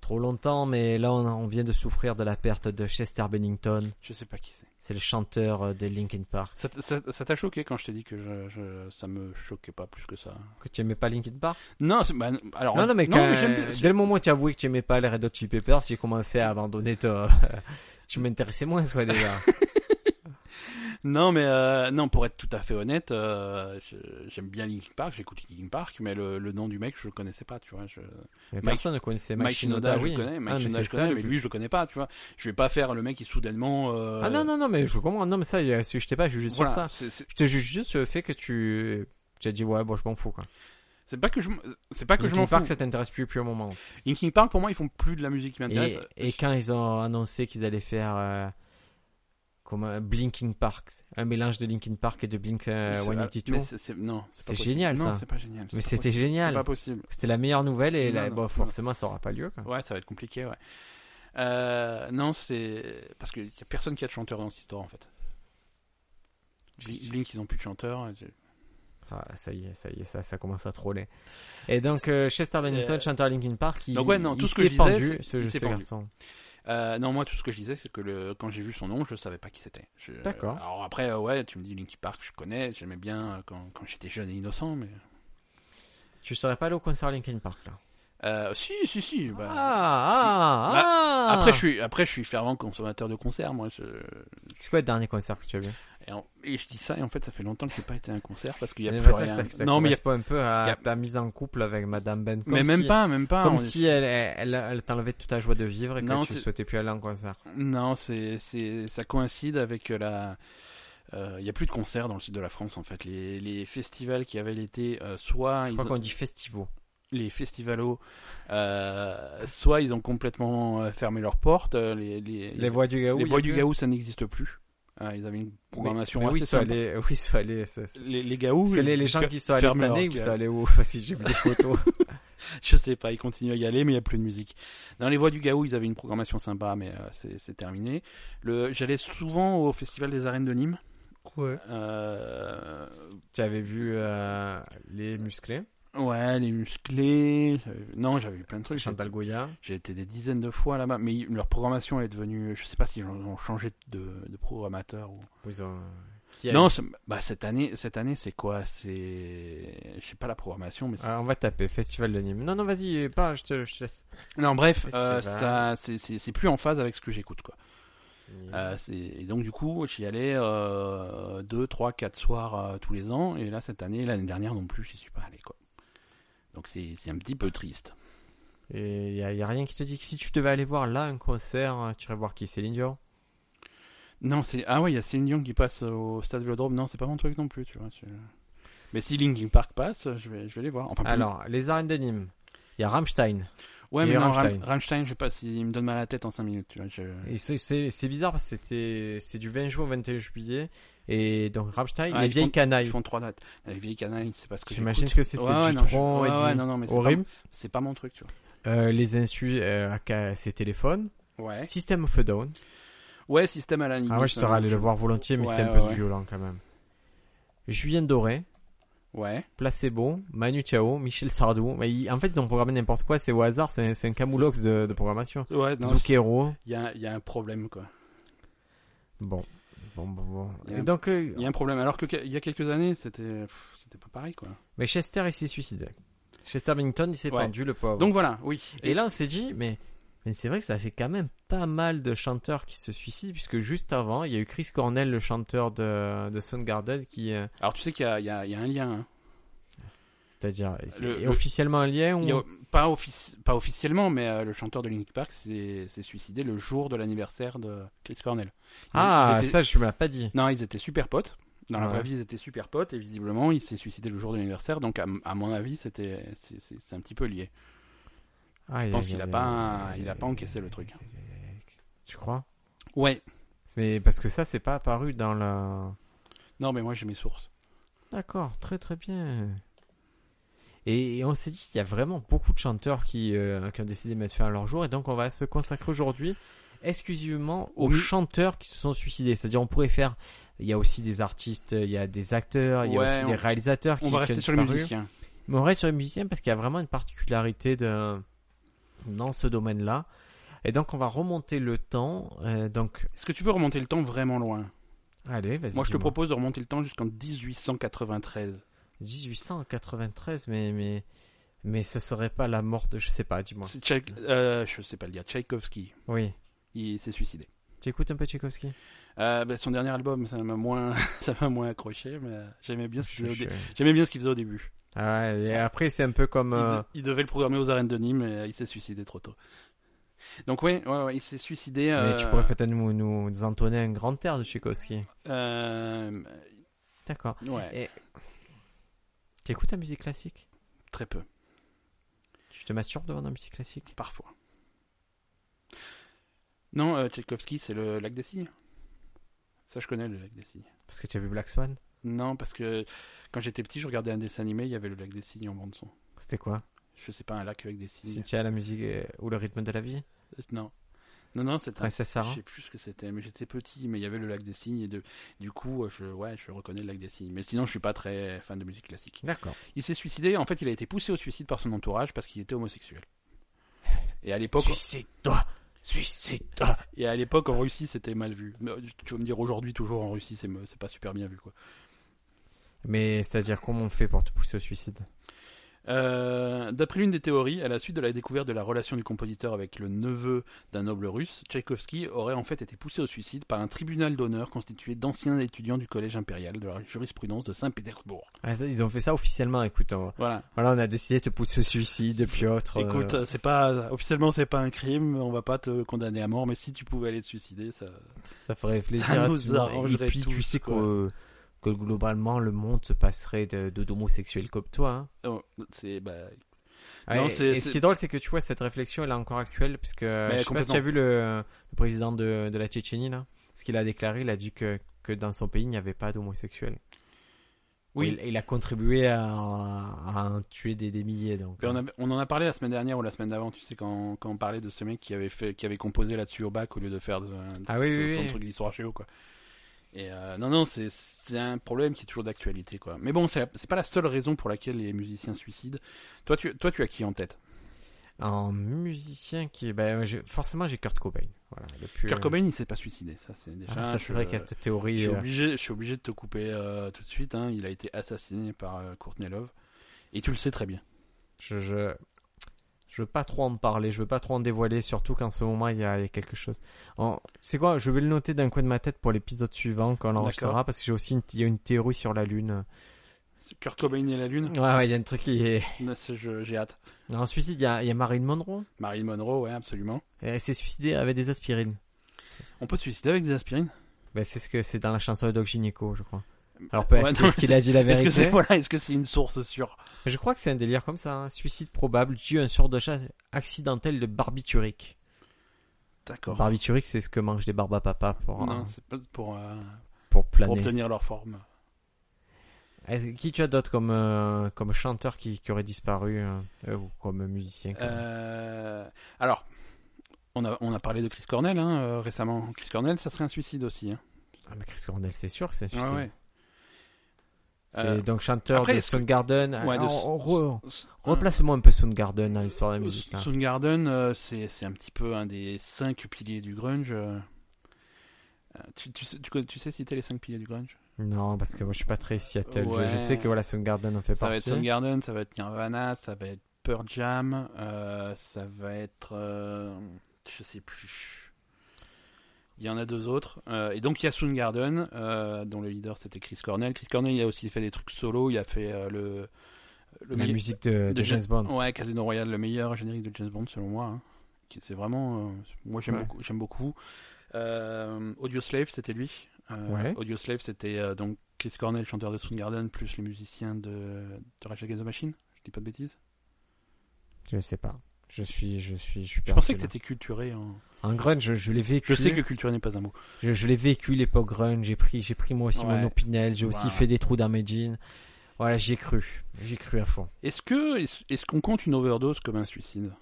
trop longtemps, mais là on, on vient de souffrir de la perte de Chester Bennington.
Je sais pas qui c'est.
C'est le chanteur euh, de Linkin Park.
Ça t- ça- ça t'a choqué quand je t'ai dit que je, je- ça me choquait pas plus que ça
Que tu aimais pas Linkin Park
Non, c'est- bah, alors.
Non, non, mais, quand-
j'aime bien-
dès le moment où tu as avoué que tu aimais pas les Red Hot Chili Peppers, j'ai commencé à abandonner toi. tu m'intéressais moins, soit déjà.
Non, mais euh, non, pour être tout à fait honnête, euh, je- j'aime bien Linkin Park, j'écoute Linkin Park, mais le, le nom du mec, je le connaissais pas, tu vois. Je...
Mais
Mike-
personne ne connaissait Mike
Mike Shinoda, je
oui.
le connais, Mike
Ah, mais
Shinoda,
c'est
je
ça,
connais,
le
mais
but.
lui, je le connais pas, tu vois. Je vais pas faire le mec qui soudainement. euh,
Ah non, non, non, mais je comprends. Non, mais ça, euh, je t'ai pas jugé
voilà,
sur ça.
c'est- c'est-
Je te juge juste sur le fait que tu, tu as dit ouais, bon, je m'en fous quoi.
C'est pas que je, m- c'est pas que je
Linkin
m'en
Park,
fous.
ça t'intéresse plus, plus au moment.
Linkin Park, pour moi, ils font plus de la musique qui m'intéresse.
Et, euh, et quand ils ont annoncé qu'ils allaient faire euh, comme un Blinking Park, un mélange de Linkin Park et de Blink euh,
Mais c'est-
182,
mais
mais,
c'est- c'est- non,
C'est
pas possible.
génial,
Non,
ça.
c'est pas génial. c'est pas
c'était
possible. C'est pas
génial.
possible.
C'était la meilleure nouvelle et
Non,
là,
non,
bon,
non.
forcément ça aura pas lieu. Quoi.
Ouais, ça va être compliqué, ouais. Euh, non, c'est parce qu'il y a personne qui a de chanteur dans cette histoire en fait. Bl- Blink, ils ont plus de chanteur. Je-
Ah, ça y est, ça y est, ça, ça commence à troller. Et donc euh, Chester Bennington,
Euh,
chanteur Linkin Park, il,
donc ouais, non, tout
il
ce que
s'est
je disais,
pendu,
c'est-
ce,
il s'est
ce
pendu.
garçon.
Euh, non, moi, tout ce que je disais, c'est que le... quand j'ai vu son nom, je savais pas qui c'était. Je-
D'accord.
Alors après, euh, ouais, tu me dis Linkin Park, je connais, j'aimais bien euh, quand, quand j'étais jeune et innocent, mais.
Tu serais pas allé au concert Linkin Park là
Euh, si, si, si. bah,
Ah, ah, ah
Après, je suis, après, je suis fervent consommateur de concerts, moi. Je...
C'est quoi le dernier concert que tu as vu
Et, en- et je dis ça, et en fait, ça fait longtemps que j'ai pas été à un concert parce qu'il y a
J'ai
plus
l'impression
rien.
que bah, ça- ça
non, mais, il y a-
correspond un peu
il y
à
a-
ta mise en couple avec Madame Ben.
mais
comme
même
si-
pas, même pas.
Comme
on est-
si elle, elle, elle t'enlevait toute ta joie de vivre et que
Non,
tu
c'est-
souhaitais plus aller en concert.
Non, c'est, c'est, ça coïncide avec la. euh, Il y a plus de concerts dans le sud de la France en fait. Les, les festivals qui avaient l'été, euh, soit
Je
ils
crois
ont-
qu'on dit festivo.
les festivalos, euh, soit ils ont complètement euh, fermé leurs portes. euh, Les, les,
Les voix du Gaou.
les
il y
voix
a
du
plus
Gaou, ça n'existe plus. Ah, ils avaient une
Oui,
programmation
mais
assez
oui, ils sont
simple.
allés- oui, ils sont allés. C'est c'est-
Les, les Gaou,
c'est
ils-
les, les gens
que-
qui sont allés cette
ferment leur
année ou ils
gueule.
sont allés où Si j'ai vu des photos.
Je sais pas, ils continuent à y aller, mais il n'y a plus de musique. Dans les voix du Gaou, ils avaient une programmation sympa, mais euh, c'est c'est terminé. Le- J'allais souvent au Festival des Arènes de Nîmes,
Ouais.
Euh,
Tu avais vu euh, Les Musclés,
ouais, les musclés. euh, Non, j'avais vu plein de trucs. J'ai
Chantal Goya.
j'ai été des dizaines de fois là-bas, mais ils- leur programmation est devenue. Je sais pas s'ils ont ont changé de, de programmateur ou.
où ils ont- qui a-
Non, c'est- bah, cette année, cette année, c'est quoi C'est, je sais pas la programmation, mais c'est-
Ah, on va taper Festival de Nîmes. Non, non, vas-y, pas, je te, je te laisse.
non, bref,
Festival.
euh, ça, c'est- c'est c'est plus en phase avec ce que j'écoute, quoi.
Mmh.
Euh, c'est- et donc du coup, j'y allais euh, deux, trois, quatre soirs euh, tous les ans, et là cette année, l'année dernière non plus, j'y suis pas allé, quoi. Donc c'est c'est un petit peu triste.
Et il n'y a, rien qui te dit que si tu devais aller voir là un concert, euh, tu irais voir qui Céline Dion
Non, c'est ah ouais, il y a Céline Dion qui passe au Stade Vélodrome. Non, c'est pas mon truc non plus, tu vois. c'est- Mais si Linkin Park passe, je vais, je vais les voir. Enfin, plus-
Alors, les arènes de Nîmes. Il y a Rammstein.
ouais,
et
mais non,
Rammstein.
Ram- Rammstein, je sais pas s'il me donne mal à la tête en 5 minutes, tu vois. je-
Et c'est- c'est c'est bizarre parce que c'était- c'est du 20 juin au 21 juillet. Et donc Rammstein,
Ah,
les
ils
vieilles
font-
canailles.
Ils font trois dates. Les vieilles canailles, c'est parce que
J'imagine
j'écoute.
que c'est c'est
Ouais, ouais,
du
non, je-
tronc et
ouais,
du-
ouais, non, non, mais c'est
horrible.
pas- C'est pas mon truc, tu vois.
Euh, les insus euh, à ca- ses téléphones.
Ouais.
System of a Down.
Ouais, système à la limite.
Ah ouais, je serais
hein.
allé le voir volontiers, mais
Ouais,
c'est un
ouais,
peu
ouais.
violent quand même. Julien Doré.
Ouais.
Placebo, Manu Chao, Michel Sardou. Mais ils- en fait, ils ont programmé n'importe quoi, c'est au hasard, c'est un, c'est un camoulox de, de programmation.
Ouais, non,
Zucchero.
Il y a, il y a un problème, quoi.
Bon. Bon, bon, bon.
Il y a
Et
un-
donc, euh,
Il y a un problème. Alors que que- il y a quelques années, c'était pff, c'était pas pareil, quoi.
mais Chester, il s'est suicidé. Chester Bennington, il s'est
Ouais.
pendu, le pauvre.
Donc voilà, oui.
Et là, on s'est dit, mais, mais c'est vrai que ça fait quand même pas mal de chanteurs qui se suicident, puisque juste avant, il y a eu Chris Cornell, le chanteur de, de Soundgarden, qui. euh,
Alors tu sais qu'il y, a- il y a il y a un lien. hein.
C'est-à-dire,
Le-
il y a
le-
officiellement un lien
Il y a-
ou.
pas, offici- pas officiellement, mais euh, le chanteur de Linkin Park s'est s'est suicidé le jour de l'anniversaire de Chris Cornell. Ils-
Ah,
ils étaient-
ça, je me l'ai pas dit.
Non, ils étaient super potes. Dans la
Ah Ouais.
vraie vie, ils étaient super potes et visiblement, il s'est suicidé le jour de l'anniversaire. Donc, à, à mon avis, c'était c'est- c'est c'est un petit peu lié.
Ah, il y
Je
a-
pense
il y
qu'il
a-
a
il y
pas,
il y
il a pas encaissé le truc. hein.
Tu crois
Ouais.
Mais parce que ça, c'est pas apparu dans la.
Non, mais moi j'ai mes sources.
D'accord, très très bien. Et, et on s'est dit qu'il y a vraiment beaucoup de chanteurs qui, euh, qui ont décidé de mettre fin à leur jour, et donc on va se consacrer aujourd'hui exclusivement aux
Oui.
chanteurs qui se sont suicidés. C'est-à-dire, on pourrait faire. Il y a aussi des artistes, il y a des acteurs, il y a
Ouais,
aussi des
on-
réalisateurs qui
On va
qui
rester
ont
sur les
disparu.
musiciens.
Mais on reste sur les musiciens parce qu'il y a vraiment une particularité de... dans ce domaine-là. Et donc, on va remonter le temps. euh, donc,
Est-ce que tu veux remonter le temps vraiment loin
allez, vas-y.
Moi, je te
dis-moi.
propose de remonter le temps jusqu'en 1893.
1893, mais, mais, mais ce serait pas la mort de, je sais pas, dis-moi.
C'est Tchaï- euh, je sais pas le dire, Tchaïkovski.
Oui.
Il s'est suicidé.
Tu écoutes un peu Tchaïkovski
Euh, bah, son dernier album, ça m'a moins, ça m'a moins accroché, mais euh, j'aimais bien ce
Je-
qu'il faisait, au
je-
dé- j'aimais bien ce qu'il faisait au début.
Ah ouais, et après, c'est un peu comme.
Il,
euh,
de- il devait le programmer aux arènes de Nîmes, et euh, il s'est suicidé trop tôt. Donc oui, ouais, ouais, il s'est suicidé.
Mais
euh,
tu pourrais peut-être nous, nous nous entonner un grand air de Tchaïkovski.
euh,
D'accord.
ouais,
Et. Tu écoutes la musique classique
très peu,
Tu te masturbes devant la musique classique
parfois. Non, euh, Tchaïkovski, c'est le lac des cygnes. Ça, je connais le lac des cygnes.
Parce que tu as vu Black Swan
Non, parce que quand j'étais petit, je regardais un dessin animé, il y avait le lac des cygnes en bande son.
C'était quoi
Je sais pas, un lac avec des
Si
cygnes.
tu as la musique euh, ou le rythme de la vie
Euh, Non. Non, non, c'était un...
Princesse
Je
Sarah
sais plus ce que c'était, mais j'étais petit, mais il y avait le lac des cygnes, et de... du coup, euh, je... ouais, je reconnais le lac des cygnes. Mais sinon, je suis pas très fan de musique classique.
D'accord.
Il s'est suicidé, en fait, il a été poussé au suicide par son entourage parce qu'il était homosexuel. Et à l'époque,
Suicide-toi Suicide-toi
et à l'époque en Russie, c'était mal vu. Mais, euh, Tu vas me dire aujourd'hui, toujours en Russie, c'est me- c'est pas super bien vu, quoi.
Mais c'est-à-dire, comment on fait pour te pousser au suicide
Euh, D'après l'une des théories, à la suite de la découverte de la relation du compositeur avec le neveu d'un noble russe, Tchaïkovski aurait en fait été poussé au suicide par un tribunal d'honneur constitué d'anciens étudiants du collège impérial de la jurisprudence de Saint-Pétersbourg.
Ah, ça, ils ont fait ça officiellement, écoute. on-
Voilà.
Voilà, on a décidé de te pousser au suicide, puis autre. euh,
Écoute, euh, c'est pas officiellement c'est pas un crime, on va pas te condamner à mort, mais si tu pouvais aller te suicider, ça.
ça ferait
ça
plaisir. à
nous
tout le monde.
arrangerait
Et puis, tu
tous,
sais
quoi.
que, que globalement, le monde se passerait de, de- d'homosexuels comme toi. hein.
Oh, c'est bah,
Ah,
Non,
et,
c'est-
et ce
c'est-
qui est drôle, c'est que tu vois, cette réflexion, elle est encore actuelle, puisque je sais pas si
complètement.
tu as vu le, le président de, de la Tchétchénie, là. Ce qu'il a déclaré, il a dit que, que dans son pays, il n'y avait pas d'homosexuels.
Oui.
Il, il a contribué à, à en tuer des, des milliers, donc.
Mais on, avait- on en a parlé la semaine dernière ou la semaine d'avant, tu sais, quand, quand on parlait de ce mec qui avait, fait, qui avait composé là-dessus au bac au lieu de faire de- de
Ah oui,
son,
oui,
son
oui.
truc d'histoire chez eux, quoi. Et euh, non, non, c'est- c'est un problème qui est toujours d'actualité, quoi. Mais bon, c'est la- c'est pas la seule raison pour laquelle les musiciens se suicident. Toi, tu, toi, tu as qui en tête
Un musicien qui. Ben, j'ai- forcément, j'ai Kurt Cobain. Voilà, le plus-
Kurt Cobain, il s'est pas suicidé, ça, c'est déjà.
Euh, Ah, ça,
je-
c'est vrai qu'il y a cette
Je
théorie.
suis
euh,
obligé, je suis obligé de te couper euh, tout de suite. hein. Il a été assassiné par euh, Courtney Love. Et tu le sais très bien.
Je, je, je veux pas trop en parler, je veux pas trop en dévoiler, surtout qu'en ce moment il y a, il y a quelque chose. En- C'est quoi Je vais le noter d'un coin de ma tête pour l'épisode suivant quand on l'enregistrera, parce que j'ai aussi une, il y a une théorie sur la Lune.
Kurt Cobain et la Lune
Ouais, ouais, il y a un truc qui est.
Non, c'est- je- J'ai hâte.
En suicide, il y a, il y a Marilyn Monroe.
Marilyn Monroe, ouais, absolument.
Elle s'est suicidée avec des aspirines.
On peut se suicider avec des aspirines
Ben, c'est ce que c'est dans la chanson de Doc Gynéco, je crois. Alors
Ouais,
peut-être
non,
qu'il a dit la
Est-ce
vérité.
que c'est voilà, est-ce que c'est une source sûre
Je crois que c'est un délire comme ça. hein. Suicide probable dû à un surdosage accidentel de barbiturique.
D'accord.
Barbiturique, c'est ce que mangent les barbes à papa pour, euh,
Non, c'est pas pour, euh,
pour
pour
planer.
obtenir leur forme.
Est-ce- Qui tu as d'autres comme, euh, comme chanteur qui, qui aurait disparu euh, euh, ou comme musicien comme-
Euh, alors, on a, on a parlé de Chris Cornell hein, euh, récemment. Chris Cornell, ça serait un suicide aussi. hein.
Ah, mais Chris Cornell, c'est sûr que c'est un
Ouais,
suicide.
ouais.
C'est
Euh,
donc chanteur
après,
de
est-ce que-
Soundgarden. Ah,
Ouais, de-
on- on re-
S-
Replace-moi un peu Soundgarden dans l'histoire de la musique. hein. là.
Soundgarden, euh, c'est c'est un petit peu un des cinq piliers du grunge. euh. Euh, Tu, tu, sais- tu, connais- tu sais citer les cinq piliers du grunge
Non, parce que moi je suis pas très Seattle. Je- Je,
Ouais.
sais que voilà, Soundgarden en fait
Ça va être
partie.
Soundgarden, ça va être Nirvana, ça va être Pearl Jam, euh, ça va être. euh, je sais plus. Il y en a deux autres. Euh, et donc il y a Soundgarden, euh, dont le leader c'était Chris Cornell. Chris Cornell, il a aussi fait des trucs solo, il a fait euh, le. le
la
meille-
musique de, de
de
James Bond.
Ouais, Casino Royale, le meilleur générique de James Bond selon moi. hein. Qui- C'est vraiment. euh, moi j'aime
Ouais.
beaucoup. J'aime beaucoup. Euh, Audio Slave, c'était lui. Euh,
Ouais.
Audio Slave, c'était euh, donc Chris Cornell, chanteur de Soundgarden, plus les musiciens de, de Rage Against the Machine. Je dis pas de bêtises.
Je sais pas. Je suis, je suis, je suis
Je pensais que
perdu,
t'étais culturé. En...
là. En grunge, je, je l'ai vécu.
Je sais que culturé n'est pas un mot.
Je, je l'ai vécu l'époque grunge, j'ai pris, j'ai pris moi aussi
Ouais.
mon opinel, j'ai aussi
Voilà.
fait des trous dans mes jeans. Voilà, j'y ai cru, j'y ai cru à fond.
Est-ce que est-ce est-ce qu'on compte une overdose comme un suicide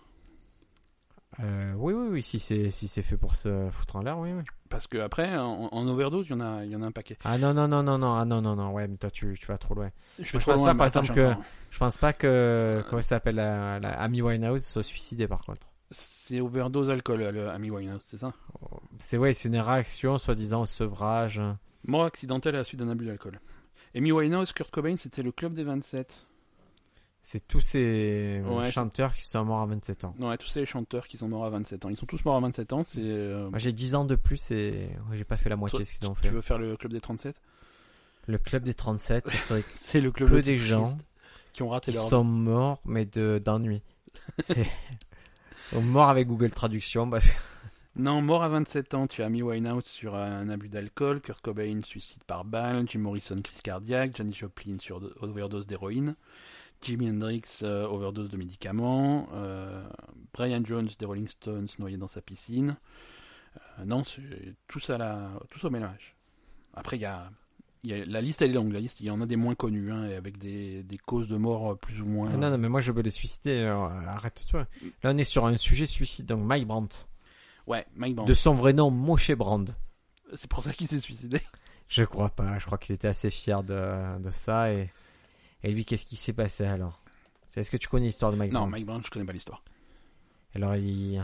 Euh, oui, oui, oui, si c'est si c'est fait pour se foutre en l'air, oui, oui.
Parce que après, en, en overdose, il y en a, il y en a un paquet.
Ah non, non, non, non, non, ah non, non, non, ouais, mais toi tu, tu vas trop loin.
Je
Moi, je
trop
pense
loin,
pas, par
mais attends,
exemple,
j'ai encore-
Je pense pas
Euh.
que comment ça s'appelle la, la Amy Winehouse soit suicidée par contre.
C'est overdose alcool, euh, le Amy Winehouse, c'est ça
C'est ouais, c'est une réaction soi-disant au sevrage.
Mort accidentelle à la suite d'un abus d'alcool. Amy Winehouse, Kurt Cobain, c'était le club des 27.
C'est tous ces
Ouais, c'est-
chanteurs qui sont morts à 27 ans.
Non, ouais, tous ces chanteurs qui sont morts à 27 ans. Ils sont tous morts à 27 ans, c'est... euh,
Moi j'ai 10 ans de plus et ouais, j'ai pas fait la moitié
Toi,
de ce qu'ils ont
tu
fait.
veux faire le club des 37
Le club des 37, ça serait
C'est le club
que
des
des gens
qui ont raté
qui
leur...
sont morts mais de d'ennui. C'est morts avec Google Traduction bah, parce que
Non, mort à 27 ans, tu as Amy Winehouse sur euh, un abus d'alcool, Kurt Cobain, suicide par balle, Jim Morrison, crise cardiaque, Janis Joplin sur overdose d'héroïne, Jimi Hendrix, euh, overdose de médicaments, euh, Brian Jones des Rolling Stones noyé dans sa piscine. Euh, non, c'est tous, à la, tous au mélange. Après, il y a, il y a- la liste, elle est longue, la liste, il y en a des moins connus, hein, et avec des, des causes de mort euh, plus ou moins...
Non, non, mais moi je veux les suicider. euh, Arrête-toi. Là, on est sur un sujet suicide. Donc, Mike Brandt,
Ouais, Mike Brandt.
de son vrai nom, Moshe Brandt.
C'est pour ça qu'il s'est suicidé.
Je crois pas. Je crois qu'il était assez fier de, de ça. Et, et lui, qu'est-ce qui s'est passé alors Est-ce que tu connais l'histoire de Mike
Non,
Brandt
Mike Brandt, je connais pas l'histoire.
Alors, il,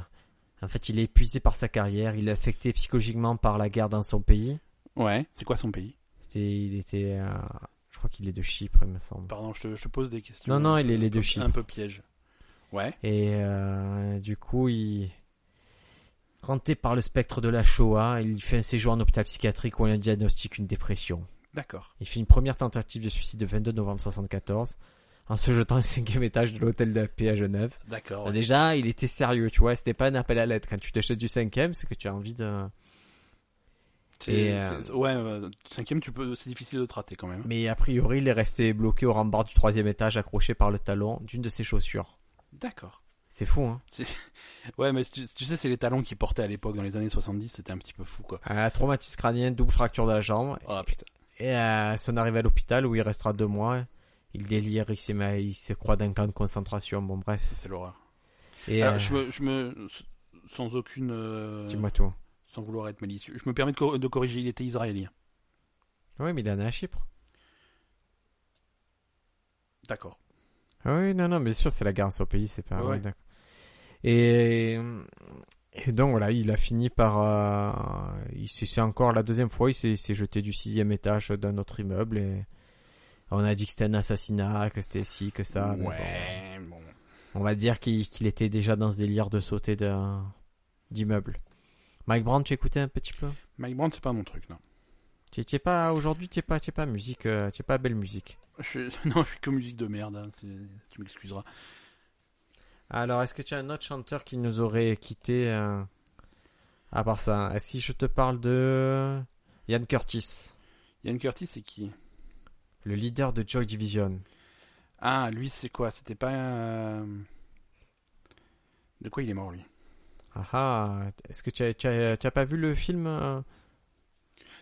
en fait, il est épuisé par sa carrière. Il est affecté psychologiquement par la guerre dans son pays.
Ouais, c'est quoi son pays
C'était, il était, euh, je crois qu'il est de Chypre, il me semble.
Pardon, je te, je te pose des questions.
Non, non, il est
Un
les
peu-
deux chiffres.
Un peu piège. Ouais.
Et euh, du coup, il. Hanté par le spectre de la Shoah, il fait un séjour en hôpital psychiatrique où on lui diagnostique une dépression.
D'accord.
Il fait une première tentative de suicide le 22 novembre 74 en se jetant au cinquième étage de l'hôtel de la paix à Genève.
D'accord.
Alors Déjà, il était sérieux, tu vois, c'était pas un appel à l'aide. Quand tu t'achètes du cinquième, c'est que tu as envie de...
C'est-
et,
c'est- Ouais, euh, cinquième, tu peux. C'est difficile de traiter quand même.
Mais a priori, il est resté bloqué au rembord du troisième étage accroché par le talon d'une de ses chaussures.
D'accord.
C'est fou, hein
Ouais, mais tu, tu sais, c'est les talons qu'ils portaient à l'époque dans les années 70, c'était un petit peu fou quoi.
Un traumatisme crânien, double fracture de la jambe,
Oh putain.
Et euh, à son arrivée à l'hôpital où il restera deux mois, il délire, il, s'est ma- il se croit d'un camp de concentration, bon bref.
C'est l'horreur.
Et
Alors,
euh,
je me. Je me... Sans aucune. euh,
dis-moi tout.
Sans vouloir être malicieux. Je me permets de, cor- de corriger, il était israélien.
Ah Oui, mais il en est à Chypre.
D'accord.
Ah oui, non, non, bien sûr, c'est la guerre à son pays, c'est pas.
Ouais.
ouais, d'accord. Et... euh, et donc, voilà, il a fini par. euh, il s'est- C'est encore la deuxième fois, il s'est- s'est jeté du sixième étage d'un autre immeuble et. On a dit que c'était un assassinat, que c'était ci, que ça. mais
ouais, bon.
bon. on va dire qu'il qu'il était déjà dans ce délire de sauter d'un d'immeuble. Mike Brown, tu écoutais un petit peu
Mike Brown, c'est pas mon truc, non.
Tu t'y es pas aujourd'hui, tu es pas, tu es pas musique, euh, tu es pas belle musique.
Je... Non, je suis que musique de merde, hein, c'est- tu m'excuseras.
Alors, est-ce que tu as un autre chanteur qui nous aurait quitté euh, à part ça Est-ce que je te parle de Ian Curtis,
Ian Curtis, c'est qui
le leader de Joy Division
Ah, lui, c'est quoi C'était pas. euh, De quoi il est mort, lui
Ah ah, est-ce que tu as, tu as- tu as pas vu le film euh,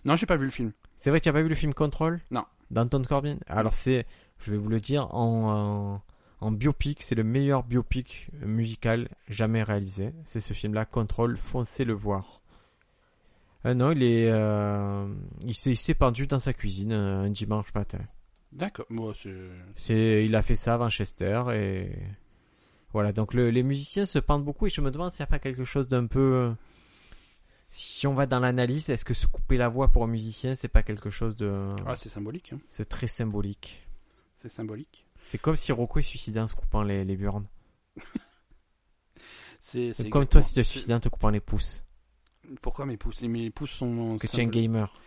Non, j'ai pas vu le film.
C'est vrai, tu as pas vu le film Control
Non.
D'Anton Corbin Alors, c'est, je vais vous le dire, en, en, en biopic, c'est le meilleur biopic musical jamais réalisé. C'est ce film-là, Control, foncez le voir. Euh, non, il est, euh, il s'est il s'est pendu dans sa cuisine euh, un dimanche matin.
D'accord. Bon, c'est-
C'est, il a fait ça à Winchester et voilà. Donc le- les musiciens se pendent beaucoup et je me demande s'il n'y a pas quelque chose d'un peu. euh, Si on va dans l'analyse, est-ce que se couper la voix pour un musicien, c'est pas quelque chose de.
Ah, c'est symbolique. hein.
C'est très symbolique.
C'est symbolique.
C'est comme si Rocco est suicidé en se coupant les, les burnes.
C'est
C'est
c'est
comme toi
exactement-
si tu es suicidé en te coupant les pouces.
Pourquoi mes pouces Mes pouces sont.
Parce que tu es un
symboliques.
gamer. Ah,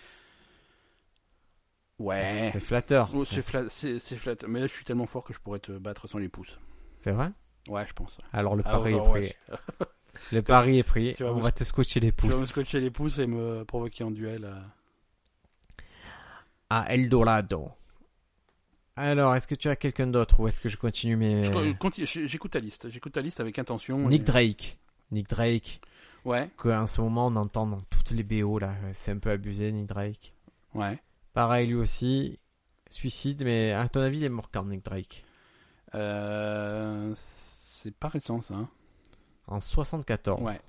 Ouais.
C'est flatteur.
Oh, c'est
c'est...
flat, c'est c'est flat. Mais là, je suis tellement fort que je pourrais te battre sans les pouces.
c'est vrai
Ouais, je pense.
Alors le
Ah,
pari est pris.
Overwatch.
Le pari est pris.
tu vas
On
me-
va te scotcher les
Tu vas me
pouces.
scotcher les pouces et me provoquer en duel. euh.
à Eldorado. Alors, est-ce que tu as quelqu'un d'autre ou est-ce que je continue mes...
Je co- continue- j'- J'écoute ta liste. J'écoute ta liste avec intention.
Nick
et-
Drake. Nick Drake,
Ouais,
qu'en ce moment on entend dans toutes les BO là, c'est un peu abusé Nick Drake.
ouais.
Pareil lui aussi, suicide, mais à ton avis il est mort quand Nick Drake
Euh, C'est pas récent ça. hein.
En 74.
Ouais.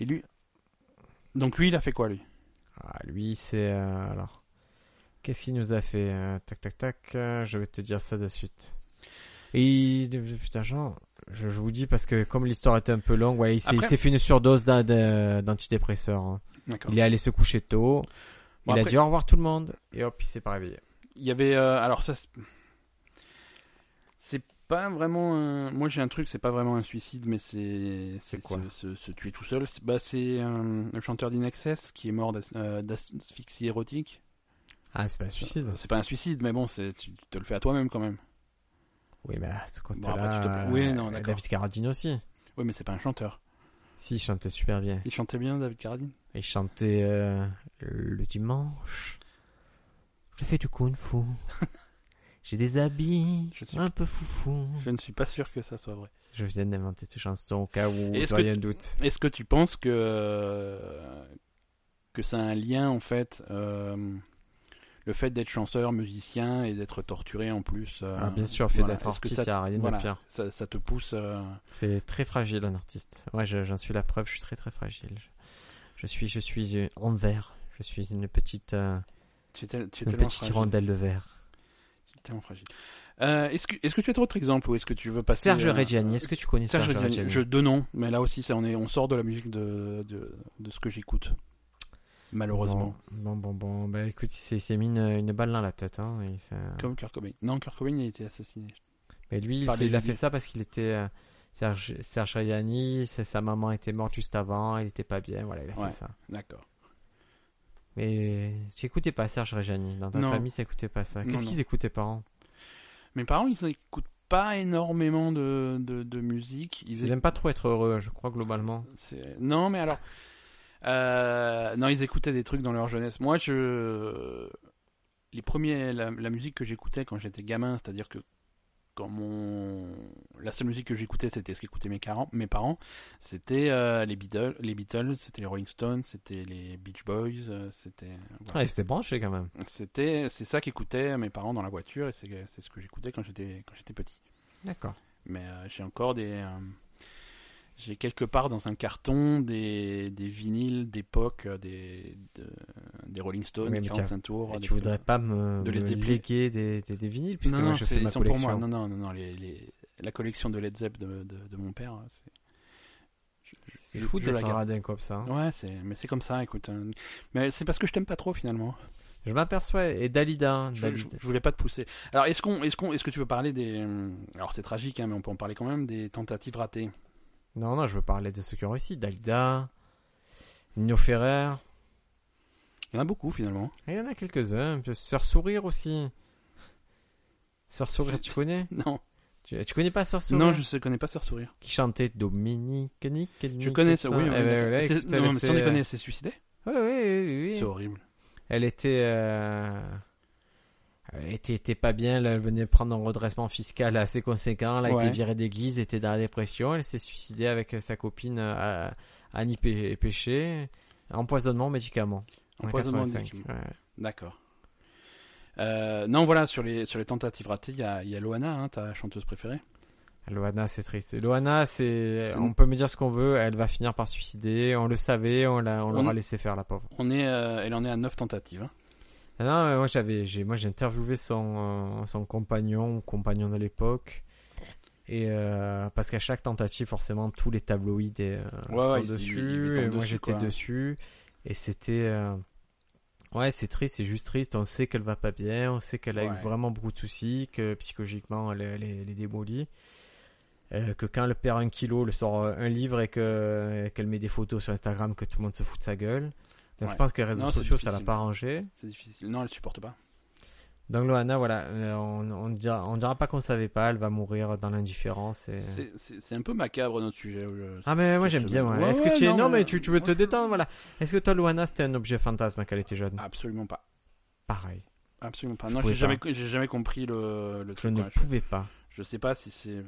Et lui. Donc lui, il a fait quoi lui
Ah, lui c'est... euh, alors, qu'est-ce qu'il nous a fait Euh, Tac tac tac, euh, je vais te dire ça de suite. Et putain, genre, je, je vous dis parce que comme l'histoire était un peu longue, ouais, il s'est
Après-
il s'est fait une surdose d'un- d'un- d'antidépresseurs. hein.
D'accord.
Il est allé se coucher tôt.
Bon,
il
après-
a dit au revoir tout le monde. Et hop, il s'est pas réveillé.
Il y avait. euh, alors, ça. c'est- C'est pas vraiment. un- Moi, j'ai un truc, c'est pas vraiment un suicide, mais c'est.
C'est quoi
se, se- se tuer tout seul. C'est bah, c'est, euh, le chanteur d'Inexcess qui est mort d'as- euh, d'asphyxie érotique.
Ah, c'est pas un suicide.
C'est pas un suicide, mais bon, c'est- tu tu te le fais à toi-même quand même.
Oui, mais à ce
Bon, après,
côté-là.
tu te-
euh,
oui, non, d'accord.
David Carradine aussi.
Oui, mais c'est pas un chanteur.
Si, il chantait super bien.
Il chantait bien, David Carradine.
Il chantait euh, le dimanche. Je fais du kung fu. J'ai des habits
Je suis-
un peu foufou.
Je ne suis pas sûr que ça soit vrai.
Je viens d'inventer cette chanson au cas où
Et est-ce
vous auriez
que
un doute.
Est-ce que tu penses que. euh, que ça a un lien, en fait. euh, le fait d'être chanteur, musicien et d'être torturé en plus. euh,
Ah, bien sûr, fait
voilà.
d'être
Est-ce que
artiste,
ça
il n'y a rien
voilà,
de pire.
Ça, ça te pousse. euh,
C'est très fragile un artiste. Ouais, je- j'en suis la preuve, je suis très très fragile. Je, je suis je suis euh, en verre. Je suis une petite euh,
Tu es, tel- tu es
une
tellement,
petite
fragile,
hirondelle de verre.
tu es tellement fragile. Euh, est-ce que est-ce que tu as d'autres exemples ou est-ce que tu veux passer
Serge
euh,
Reggiani, est-ce que tu connais
Serge
Serge,
Reggiani,
Reggiani
je de non, mais là aussi ça, on est on sort de la musique de de, de ce que j'écoute malheureusement.
Bon, bon, bon. Bah écoute, il s'est- il s'est mis une, une balle dans la tête. Hein, et ça-
Comme Kurt Cobain. Non, Kurt Cobain il a été assassiné.
Mais lui, il,
Par
s'est- Bah, il a
les-
fait ça parce qu'il était euh, Serge, Serge Reggiani, c'est- sa maman était morte juste avant, il était pas bien, voilà, il a
Ouais.
fait ça.
D'accord.
Mais j'écoutais pas Serge Reggiani. Dans ta
Non.
famille, ça écoutait pas ça.
Non,
Qu'est-ce
non.
qu'ils écoutaient tes parents
Mes parents ils n'écoutent pas énormément de de, de musique.
Ils aiment pas trop être heureux, je crois globalement.
C'est- Non, mais alors. euh, Non, ils écoutaient des trucs dans leur jeunesse. Moi, je. Les premiers. La, la musique que j'écoutais quand j'étais gamin, c'est-à-dire que. Quand mon. La seule musique que j'écoutais, c'était ce qu'écoutaient mes, caran- mes parents. C'était euh, les Beatles, les Beatles c'était les Rolling Stones, c'était les Beach Boys, euh, c'était. voilà.
Ouais, c'était branché quand même.
C'était, c'est ça qu'écoutaient mes parents dans la voiture et c'est, c'est ce que j'écoutais quand j'étais, quand j'étais petit.
D'accord.
Mais euh, j'ai encore des. euh, j'ai quelque part dans un carton des, des vinyles d'époque, euh, des, de- des Rolling Stones,
Oui, mais
45 tours.
Et
des
tu
trucs
voudrais
comme
pas me,
de
me
Led Zeppelin.
léguer des, des, des vinyles
ça.
puisque
Non,
moi
non,
je
c'est-
fais ma
ils sont pour
collection.
moi. Non, non, non, non, les, les- la collection de Led Zepp de, de, de mon père. c'est- je-
C'est
je-
fou
je la
d'être
garde.
radin comme ça. hein.
Ouais, c'est mais c'est comme ça, écoute. hein. Mais c'est parce que je t'aime pas trop finalement.
Je m'aperçois et Dalida, hein,
Je, je-
Dalida.
je voulais pas te pousser. Alors est-ce qu'on est-ce qu'on est-ce que tu veux parler des euh, alors c'est tragique hein, mais on peut en parler quand même des tentatives ratées.
Non non, je veux parler de ceux qui ont réussi. Dalida, Nino Ferrer.
Il y en a beaucoup finalement.
Ah, Il y en a quelques-uns. Puis Sœur Sourire aussi. Sœur Sourire, tu connais
Non.
tu, tu connais pas Sœur Sourire
Non, je ne connais pas Sœur Sourire.
Qui chantait Dominique, Nick,
Je connais ça, Eh oui.
Ouais,
oui.
ouais,
C'est-
Eh ben, écoute,
non,
elle
mais
s'est-
sans déconner, elle s'est suicidée.
Ouais, ouais, ouais, ouais,
C'est
ouais.
horrible.
Elle était. euh, Elle était, était pas bien, là, elle venait prendre un redressement fiscal assez conséquent, elle a
Ouais.
été virée d'église, était dans la dépression, elle s'est suicidée avec sa copine euh, Annie Pé- Péché, empoisonnement médicament. en
Empoisonnement
85,
médicament.
ouais.
D'accord. Euh, non, voilà, sur les, sur les tentatives ratées, il y a, il y a Loana, hein, ta chanteuse préférée.
Loana, c'est triste. Loana, c'est,
C'est-
on peut me dire ce qu'on veut, elle va finir par se suicider, on le savait, on l'a, on
On-
l'aura laissé faire la pauvre.
On est, euh, elle en est à 9 tentatives. hein.
Ah Non, mais moi j'avais, j'ai, moi j'ai interviewé son, euh, son compagnon, ou compagnon de l'époque, et euh, parce qu'à chaque tentative, forcément, tous les tabloïds euh,
Ouais,
sont
ouais, ils-
dessus,
ils- ils tombent
et moi
dessus,
j'étais
quoi.
dessus, et c'était, euh, ouais, c'est triste, c'est juste triste. On sait qu'elle va pas bien, on sait qu'elle a
Ouais.
eu vraiment beaucoup de soucis, que psychologiquement elle, elle est elle est démolie. euh, que quand elle perd un kilo, elle sort euh, un livre et que, qu'elle met des photos sur Instagram, que tout le monde se fout de sa gueule. Donc
Ouais.
je pense que les réseaux
Non, c'est
sociaux, ça l'a
difficile.
pas rangé.
C'est difficile. Non, elle supporte pas.
Donc Loana, voilà, euh, on, on, dira, on dira pas qu'on savait pas, elle va mourir dans l'indifférence. Et...
C'est c'est- c'est un peu macabre notre sujet. euh,
Ah mais moi
c'est-
j'aime
c'est-
bien. moi.
Ouais,
Est-ce
ouais,
que tu es...
non,
non,
mais-
mais tu, tu veux
moi,
te
je-
détendre voilà. Est-ce que toi Loana c'était un objet fantasme quand elle était jeune
Absolument pas.
Pareil.
Absolument pas.
Je
Non, j'ai
pouvais
jamais, j'ai jamais compris le, le
Je
truc.
ne
quoi.
pouvais pas.
Je sais pas si c'est.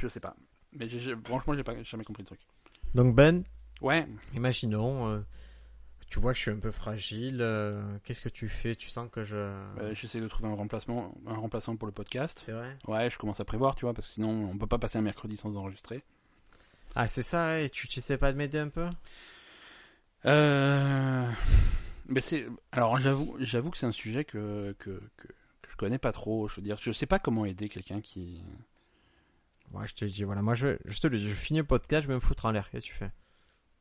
Je sais pas. Mais j'ai- j'ai- franchement, j'ai pas j'ai jamais compris le truc.
Donc Ben,
Ouais.
imaginons, euh, tu vois que je suis un peu fragile. euh, Qu'est-ce que tu fais Tu sens que je.
Euh, J'essaie de trouver un remplacement, un remplaçant pour le podcast.
C'est vrai.
Ouais, je commence à prévoir, tu vois, parce que sinon, on peut pas passer un mercredi sans enregistrer.
Ah c'est ça. ouais, tu tu sais pas de m'aider un peu
Euh... Mais c'est alors j'avoue j'avoue que c'est un sujet que que, que que je connais pas trop. Je veux dire, je sais pas comment aider quelqu'un qui.
Moi je te le dis voilà, moi je, je te le dis, je finis le podcast, je vais me foutre en l'air. Qu'est-ce que tu fais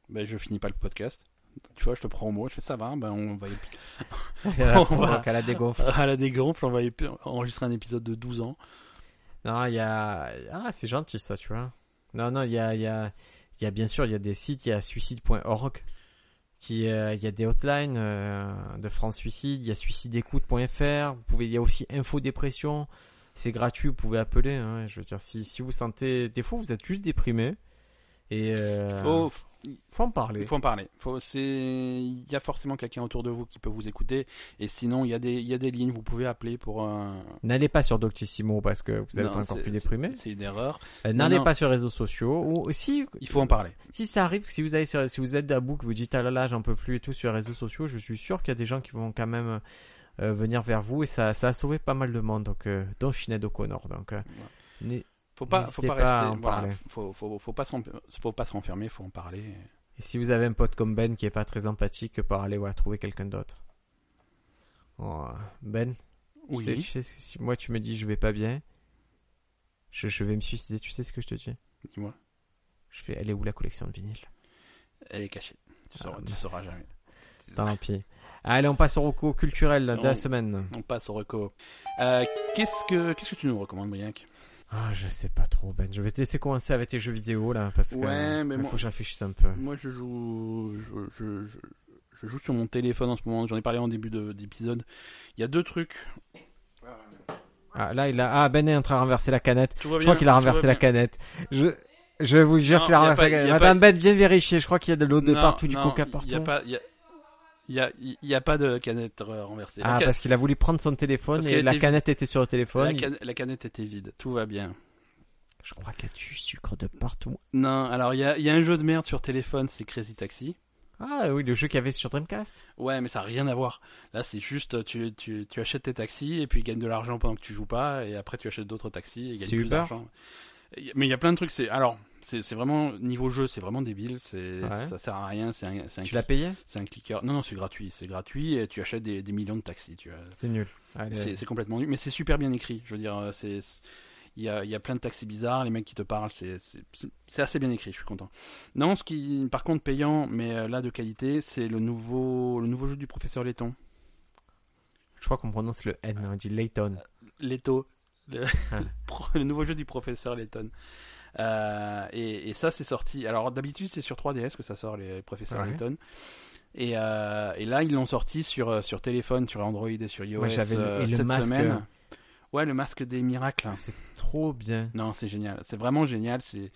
Ben je finis pas le podcast. Tu vois, je te prends au mot. Je fais ça va. Ben on va ép-
Elle
va-
a dégonflé.
à la dégonfle, on va ép- enregistrer un épisode de 12 ans.
Non, il y a. Ah, c'est gentil ça, tu vois. Non, non, il y a, il y, a, il y a bien sûr, il y a des sites, il y a suicide.org, qui, euh, il y a des hotlines euh, de France Suicide, il y a suicideécoute.fr, vous pouvez, il y a aussi Info Dépression, c'est gratuit, vous pouvez appeler. hein, je veux dire, si, si vous sentez. Des fois, vous êtes juste déprimé. Et. euh,
Faut,
faut en parler.
il faut en parler. Faut c'est il y a forcément quelqu'un autour de vous qui peut vous écouter. Et sinon, il y a des il y a des lignes. Vous pouvez appeler pour un.
N'allez pas sur Doctissimo parce que vous êtes
Non,
encore
c'est-
plus
c'est-
déprimé.
C'est une erreur.
Euh,
non,
N'allez
non.
pas sur les réseaux sociaux. Ou si
Il faut en parler.
Si ça arrive, si vous, allez sur, si vous êtes à bout, que vous dites ah là là, j'en peux plus et tout sur les réseaux sociaux, je suis sûr qu'il y a des gens qui vont quand même euh, venir vers vous et ça, ça a sauvé pas mal de monde, donc, euh, dont Sinead O'Connor. Donc, euh, né-
Faut pas, faut
N'hésitez
pas,
pas à
rester.
en
voilà.
parler.
faut, faut, faut pas s'en- faut pas se renfermer, faut en parler.
et si vous avez un pote comme Ben qui est pas très empathique, par aller voilà, trouver quelqu'un d'autre. Oh, euh, ben, tu sais- tu sais, si moi tu me dis je vais pas bien, je, je vais me suicider, tu sais ce que je te dis
dis-moi.
Je fais, elle est où la collection de vinyles
Elle est cachée. Tu
Ah,
sauras, tu
mince.
sauras jamais.
Tant pis. Allez, on passe au recours culturel de
On-
la semaine.
On passe au reco. Euh, qu'est-ce que, qu'est-ce que tu nous recommandes, Briac
Ah, je sais pas trop, Ben. Je vais te laisser commencer avec tes jeux vidéo, là, parce que
Ouais,
euh,
mais
il
moi-
faut que je réfléchisse un peu.
Moi, je joue, je, je, je, je joue sur mon téléphone en ce moment. J'en ai parlé en début de- d'épisode. Il y a deux trucs.
Ah, là, il a... Ah, Ben est en train de renverser la canette.
Tout va
Je
bien,
crois qu'il a
tout
renversé
va
la
bien.
canette. Je... Je vous jure
Non,
qu'il
y
a
a
renversé
pas-
la canette.
y a
Madame Ben, viens vérifier. Je crois qu'il y a de l'eau de
Non,
partout, du
non,
coca
Il y a
partout.
pas, il y a, il y a- il y a pas de canette euh, renversée. La
Ah,
ca-
parce qu'il a voulu prendre son téléphone
Parce
et
qu'elle
la
était-
canette était sur le téléphone.
la,
Il-
can- la canette était vide. Tout va bien.
Je crois qu'il y a du sucre de partout.
Non, alors il y a, il y a un jeu de merde sur téléphone, c'est Crazy Taxi.
Ah oui, le jeu qu'il y avait sur Dreamcast.
Ouais, mais ça n'a rien à voir. Là, c'est juste, tu, tu, tu achètes tes taxis et puis gagne de l'argent pendant que tu joues pas, et après tu achètes d'autres taxis et gagne
C'est
plus
Uber
d'argent. y- mais il y a plein de trucs. C'est alors, c'est c'est vraiment niveau jeu, c'est vraiment débile. C'est
Ouais.
ça sert à rien. C'est un, c'est un
Tu l'as
clic-
payé
c'est un clicker. Non, non, c'est gratuit, c'est gratuit. Et tu achètes des, des millions de taxis. Tu vois.
C'est nul. Allez.
C'est c'est complètement nul, mais c'est super bien écrit. Je veux dire, euh, c'est c'est- il y a, il y a plein de taxis bizarres, les mecs qui te parlent, c'est- c'est c'est assez bien écrit. Je suis content. Non, ce qui, par contre, payant, mais euh, là de qualité, c'est le nouveau le nouveau jeu du professeur Letton.
Je crois qu'on prononce le N, hein, on dit Layton.
Leto. Le,
Ah.
pro- le nouveau jeu du professeur Letton. Euh, et, et ça, c'est sorti. Alors, d'habitude, c'est sur 3DS que ça sort, les professeurs
Ouais.
Letton. Et, euh, et là, ils l'ont sorti sur, euh, sur téléphone, sur Android et sur iOS
Moi, j'avais le-
euh,
et le
cette
masque.
semaine. Ouais, le masque des miracles.
C'est trop bien.
Non, c'est génial. C'est vraiment génial. C'est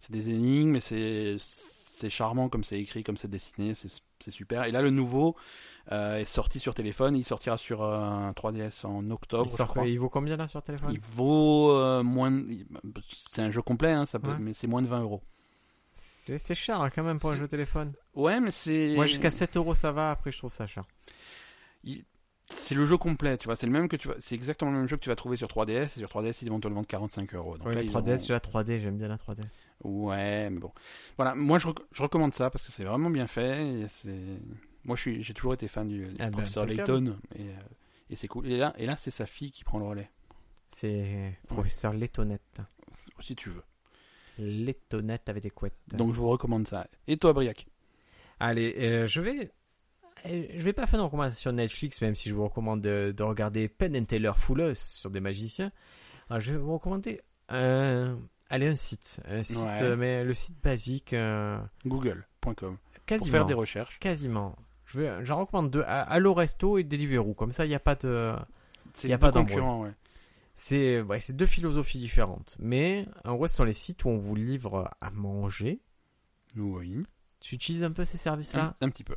c'est des énigmes, et c'est c'est charmant comme c'est écrit, comme c'est dessiné. C'est c'est super. Et là, le nouveau euh, est sorti sur téléphone. Il sortira sur euh, 3DS en octobre.
Il,
Oh, je
sort-
crois.
il vaut combien là sur téléphone
Il vaut euh, moins. de- C'est un jeu complet, hein, ça peut,
Ouais.
mais c'est moins de 20 euros.
C'est c'est cher hein, quand même pour un
C'est-
jeu téléphone.
Ouais, mais c'est.
Moi jusqu'à 7 euros ça va, après je trouve ça cher.
C'est le jeu complet, tu vois. C'est le même que tu vas. C'est exactement le même jeu que tu vas trouver sur 3DS. Et sur 3DS, ils vont te le vendre 45 euros. Donc
Ouais,
là,
la
ils
3DS,
ont-
j'ai la 3D, j'aime bien la 3D.
Ouais, mais bon. Voilà, moi je, rec- je recommande ça parce que c'est vraiment bien fait. Et c'est... Moi je suis, j'ai toujours été fan du, du
Ah ben,
professeur
impeccable.
Layton et, euh, et c'est cool. Et là, et là c'est sa fille qui prend le relais,
C'est professeur Lettonette.
si tu veux.
Lettonette avec des couettes.
Donc je vous recommande ça. Et toi, Briac
Allez, euh, je vais. euh, Je vais pas faire une recommandation Netflix, même si je vous recommande de, de regarder Penn and Teller Foolus sur des magiciens. Alors, je vais vous recommander un, allez, un site. Un site,
Ouais.
euh, mais le site basique, euh,
Google.com pour
quasiment.
faire des recherches.
Quasiment. Je vais, j'en recommande deux. à- Allo Resto et Deliveroo. Comme ça, il n'y a pas de.
C'est
Y a
deux
pas d'embrouille.
concurrents, ouais.
C'est ouais, c'est deux philosophies différentes. Mais en gros, ce sont les sites où on vous livre à manger.
Oui.
Tu utilises un peu ces
Un,
services-là
un petit peu.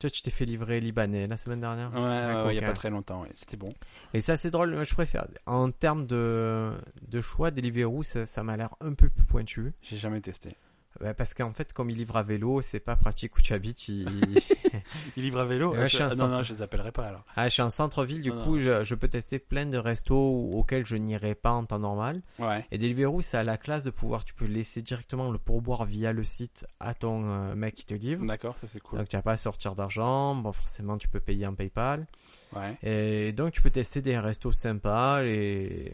Toi, tu t'es fait livrer libanais la semaine dernière.
Ouais, ouais, ouais, il y a
coca.
pas très longtemps, ouais. C'était bon.
Et ça, c'est drôle, moi, je préfère. En termes de, de choix, Deliveroo, ça, ça m'a l'air un peu plus pointu.
J'ai jamais testé.
Ouais, Parce qu'en fait, comme ils livrent à vélo, c'est pas pratique où tu habites. ils-
Il livre à vélo
Et ouais,
Ah,
je
je-
suis un
ah, Non, non,
centre.
je les appellerai pas alors.
ah, je suis en centre-ville, du
Non,
coup, je, je peux tester plein de restos auxquels je n'irai pas en temps normal.
Ouais.
Et Deliveroo, ça a la classe de pouvoir, tu peux laisser directement le pourboire via le site à ton euh, mec qui te livre.
D'accord, ça c'est cool.
Donc, tu n'as pas à sortir d'argent. Bon, forcément, tu peux payer en PayPal.
Ouais.
Et donc tu peux tester des restos sympas et,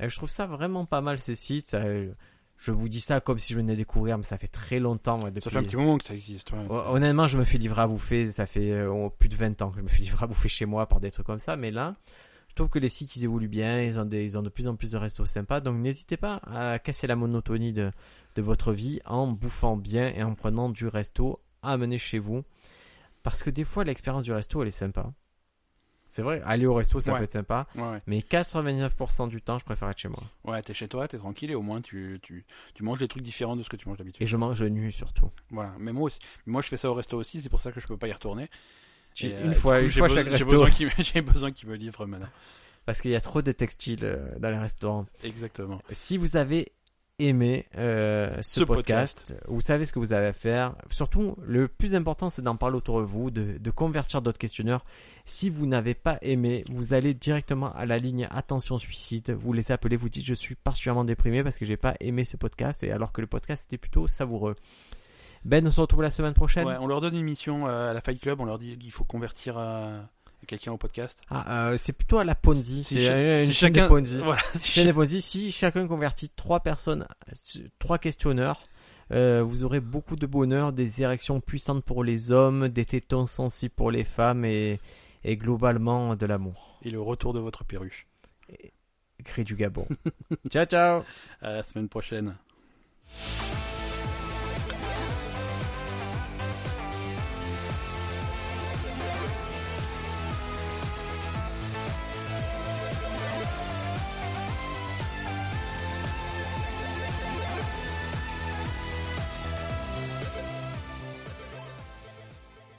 et je trouve ça vraiment pas mal ces sites. Ça, euh, je vous dis ça comme si je venais de découvrir, mais ça fait très longtemps. moi,
Ça
depuis...
fait un petit moment que ça existe, ouais.
Hon- Honnêtement, je me fais livrer à bouffer. Ça fait euh, plus de 20 ans que je me fais livrer à bouffer chez moi par des trucs comme ça. Mais là, je trouve que les sites ils évoluent bien. Ils ont, des, ils ont de plus en plus de restos sympas. Donc n'hésitez pas à casser la monotonie de, de votre vie en bouffant bien et en prenant du resto à amener chez vous. Parce que des fois, l'expérience du resto elle est sympa. C'est vrai, aller au resto ça
Ouais.
peut être sympa.
Ouais, ouais.
Mais 99% du temps, je préfère être chez moi.
Ouais, t'es chez toi, t'es tranquille et au moins tu, tu, tu manges des trucs différents de ce que tu manges
Et
d'habitude.
je mange nu surtout.
Voilà, mais moi aussi. Moi je fais ça au resto aussi, c'est pour ça que je peux pas y retourner.
Tu-
Et, euh,
une
du
fois,
coup,
une
j'ai
fois
besoin-
chaque
j'ai
resto.
besoin qu'il me- J'ai besoin qu'ils me livrent maintenant.
Parce qu'il y a trop de textiles euh, dans les restaurants.
Exactement.
Si vous avez aimé euh, ce,
Ce
podcast,
podcast.
vous savez ce que vous avez à faire. Surtout, le plus important, c'est d'en parler autour de vous, de, de convertir d'autres questionneurs. Si vous n'avez pas aimé, vous allez directement à la ligne Attention Suicide. Vous les appelez, vous dites Je suis particulièrement déprimé parce que j'ai pas aimé ce podcast, et alors que le podcast était plutôt savoureux. Ben, on se retrouve la semaine prochaine.
Ouais, on leur donne une mission euh, à la Fight Club, on leur dit qu'il faut convertir euh, quelqu'un au podcast.
Ah, euh, c'est plutôt à la Ponzi.
Si
C'est
cha-
euh,
si
une chaîne de
chacun-
Ponzi.
Voilà, si
Chaîne de Ponzi, si chacun convertit trois personnes, euh, trois questionneurs, euh, vous aurez beaucoup de bonheur, des érections puissantes pour les hommes, des tétons sensibles pour les femmes et, et globalement de l'amour.
Et le retour de votre perruche.
Cri du Gabon. ciao ciao
À la semaine prochaine.
「あなたの声が聞こえる」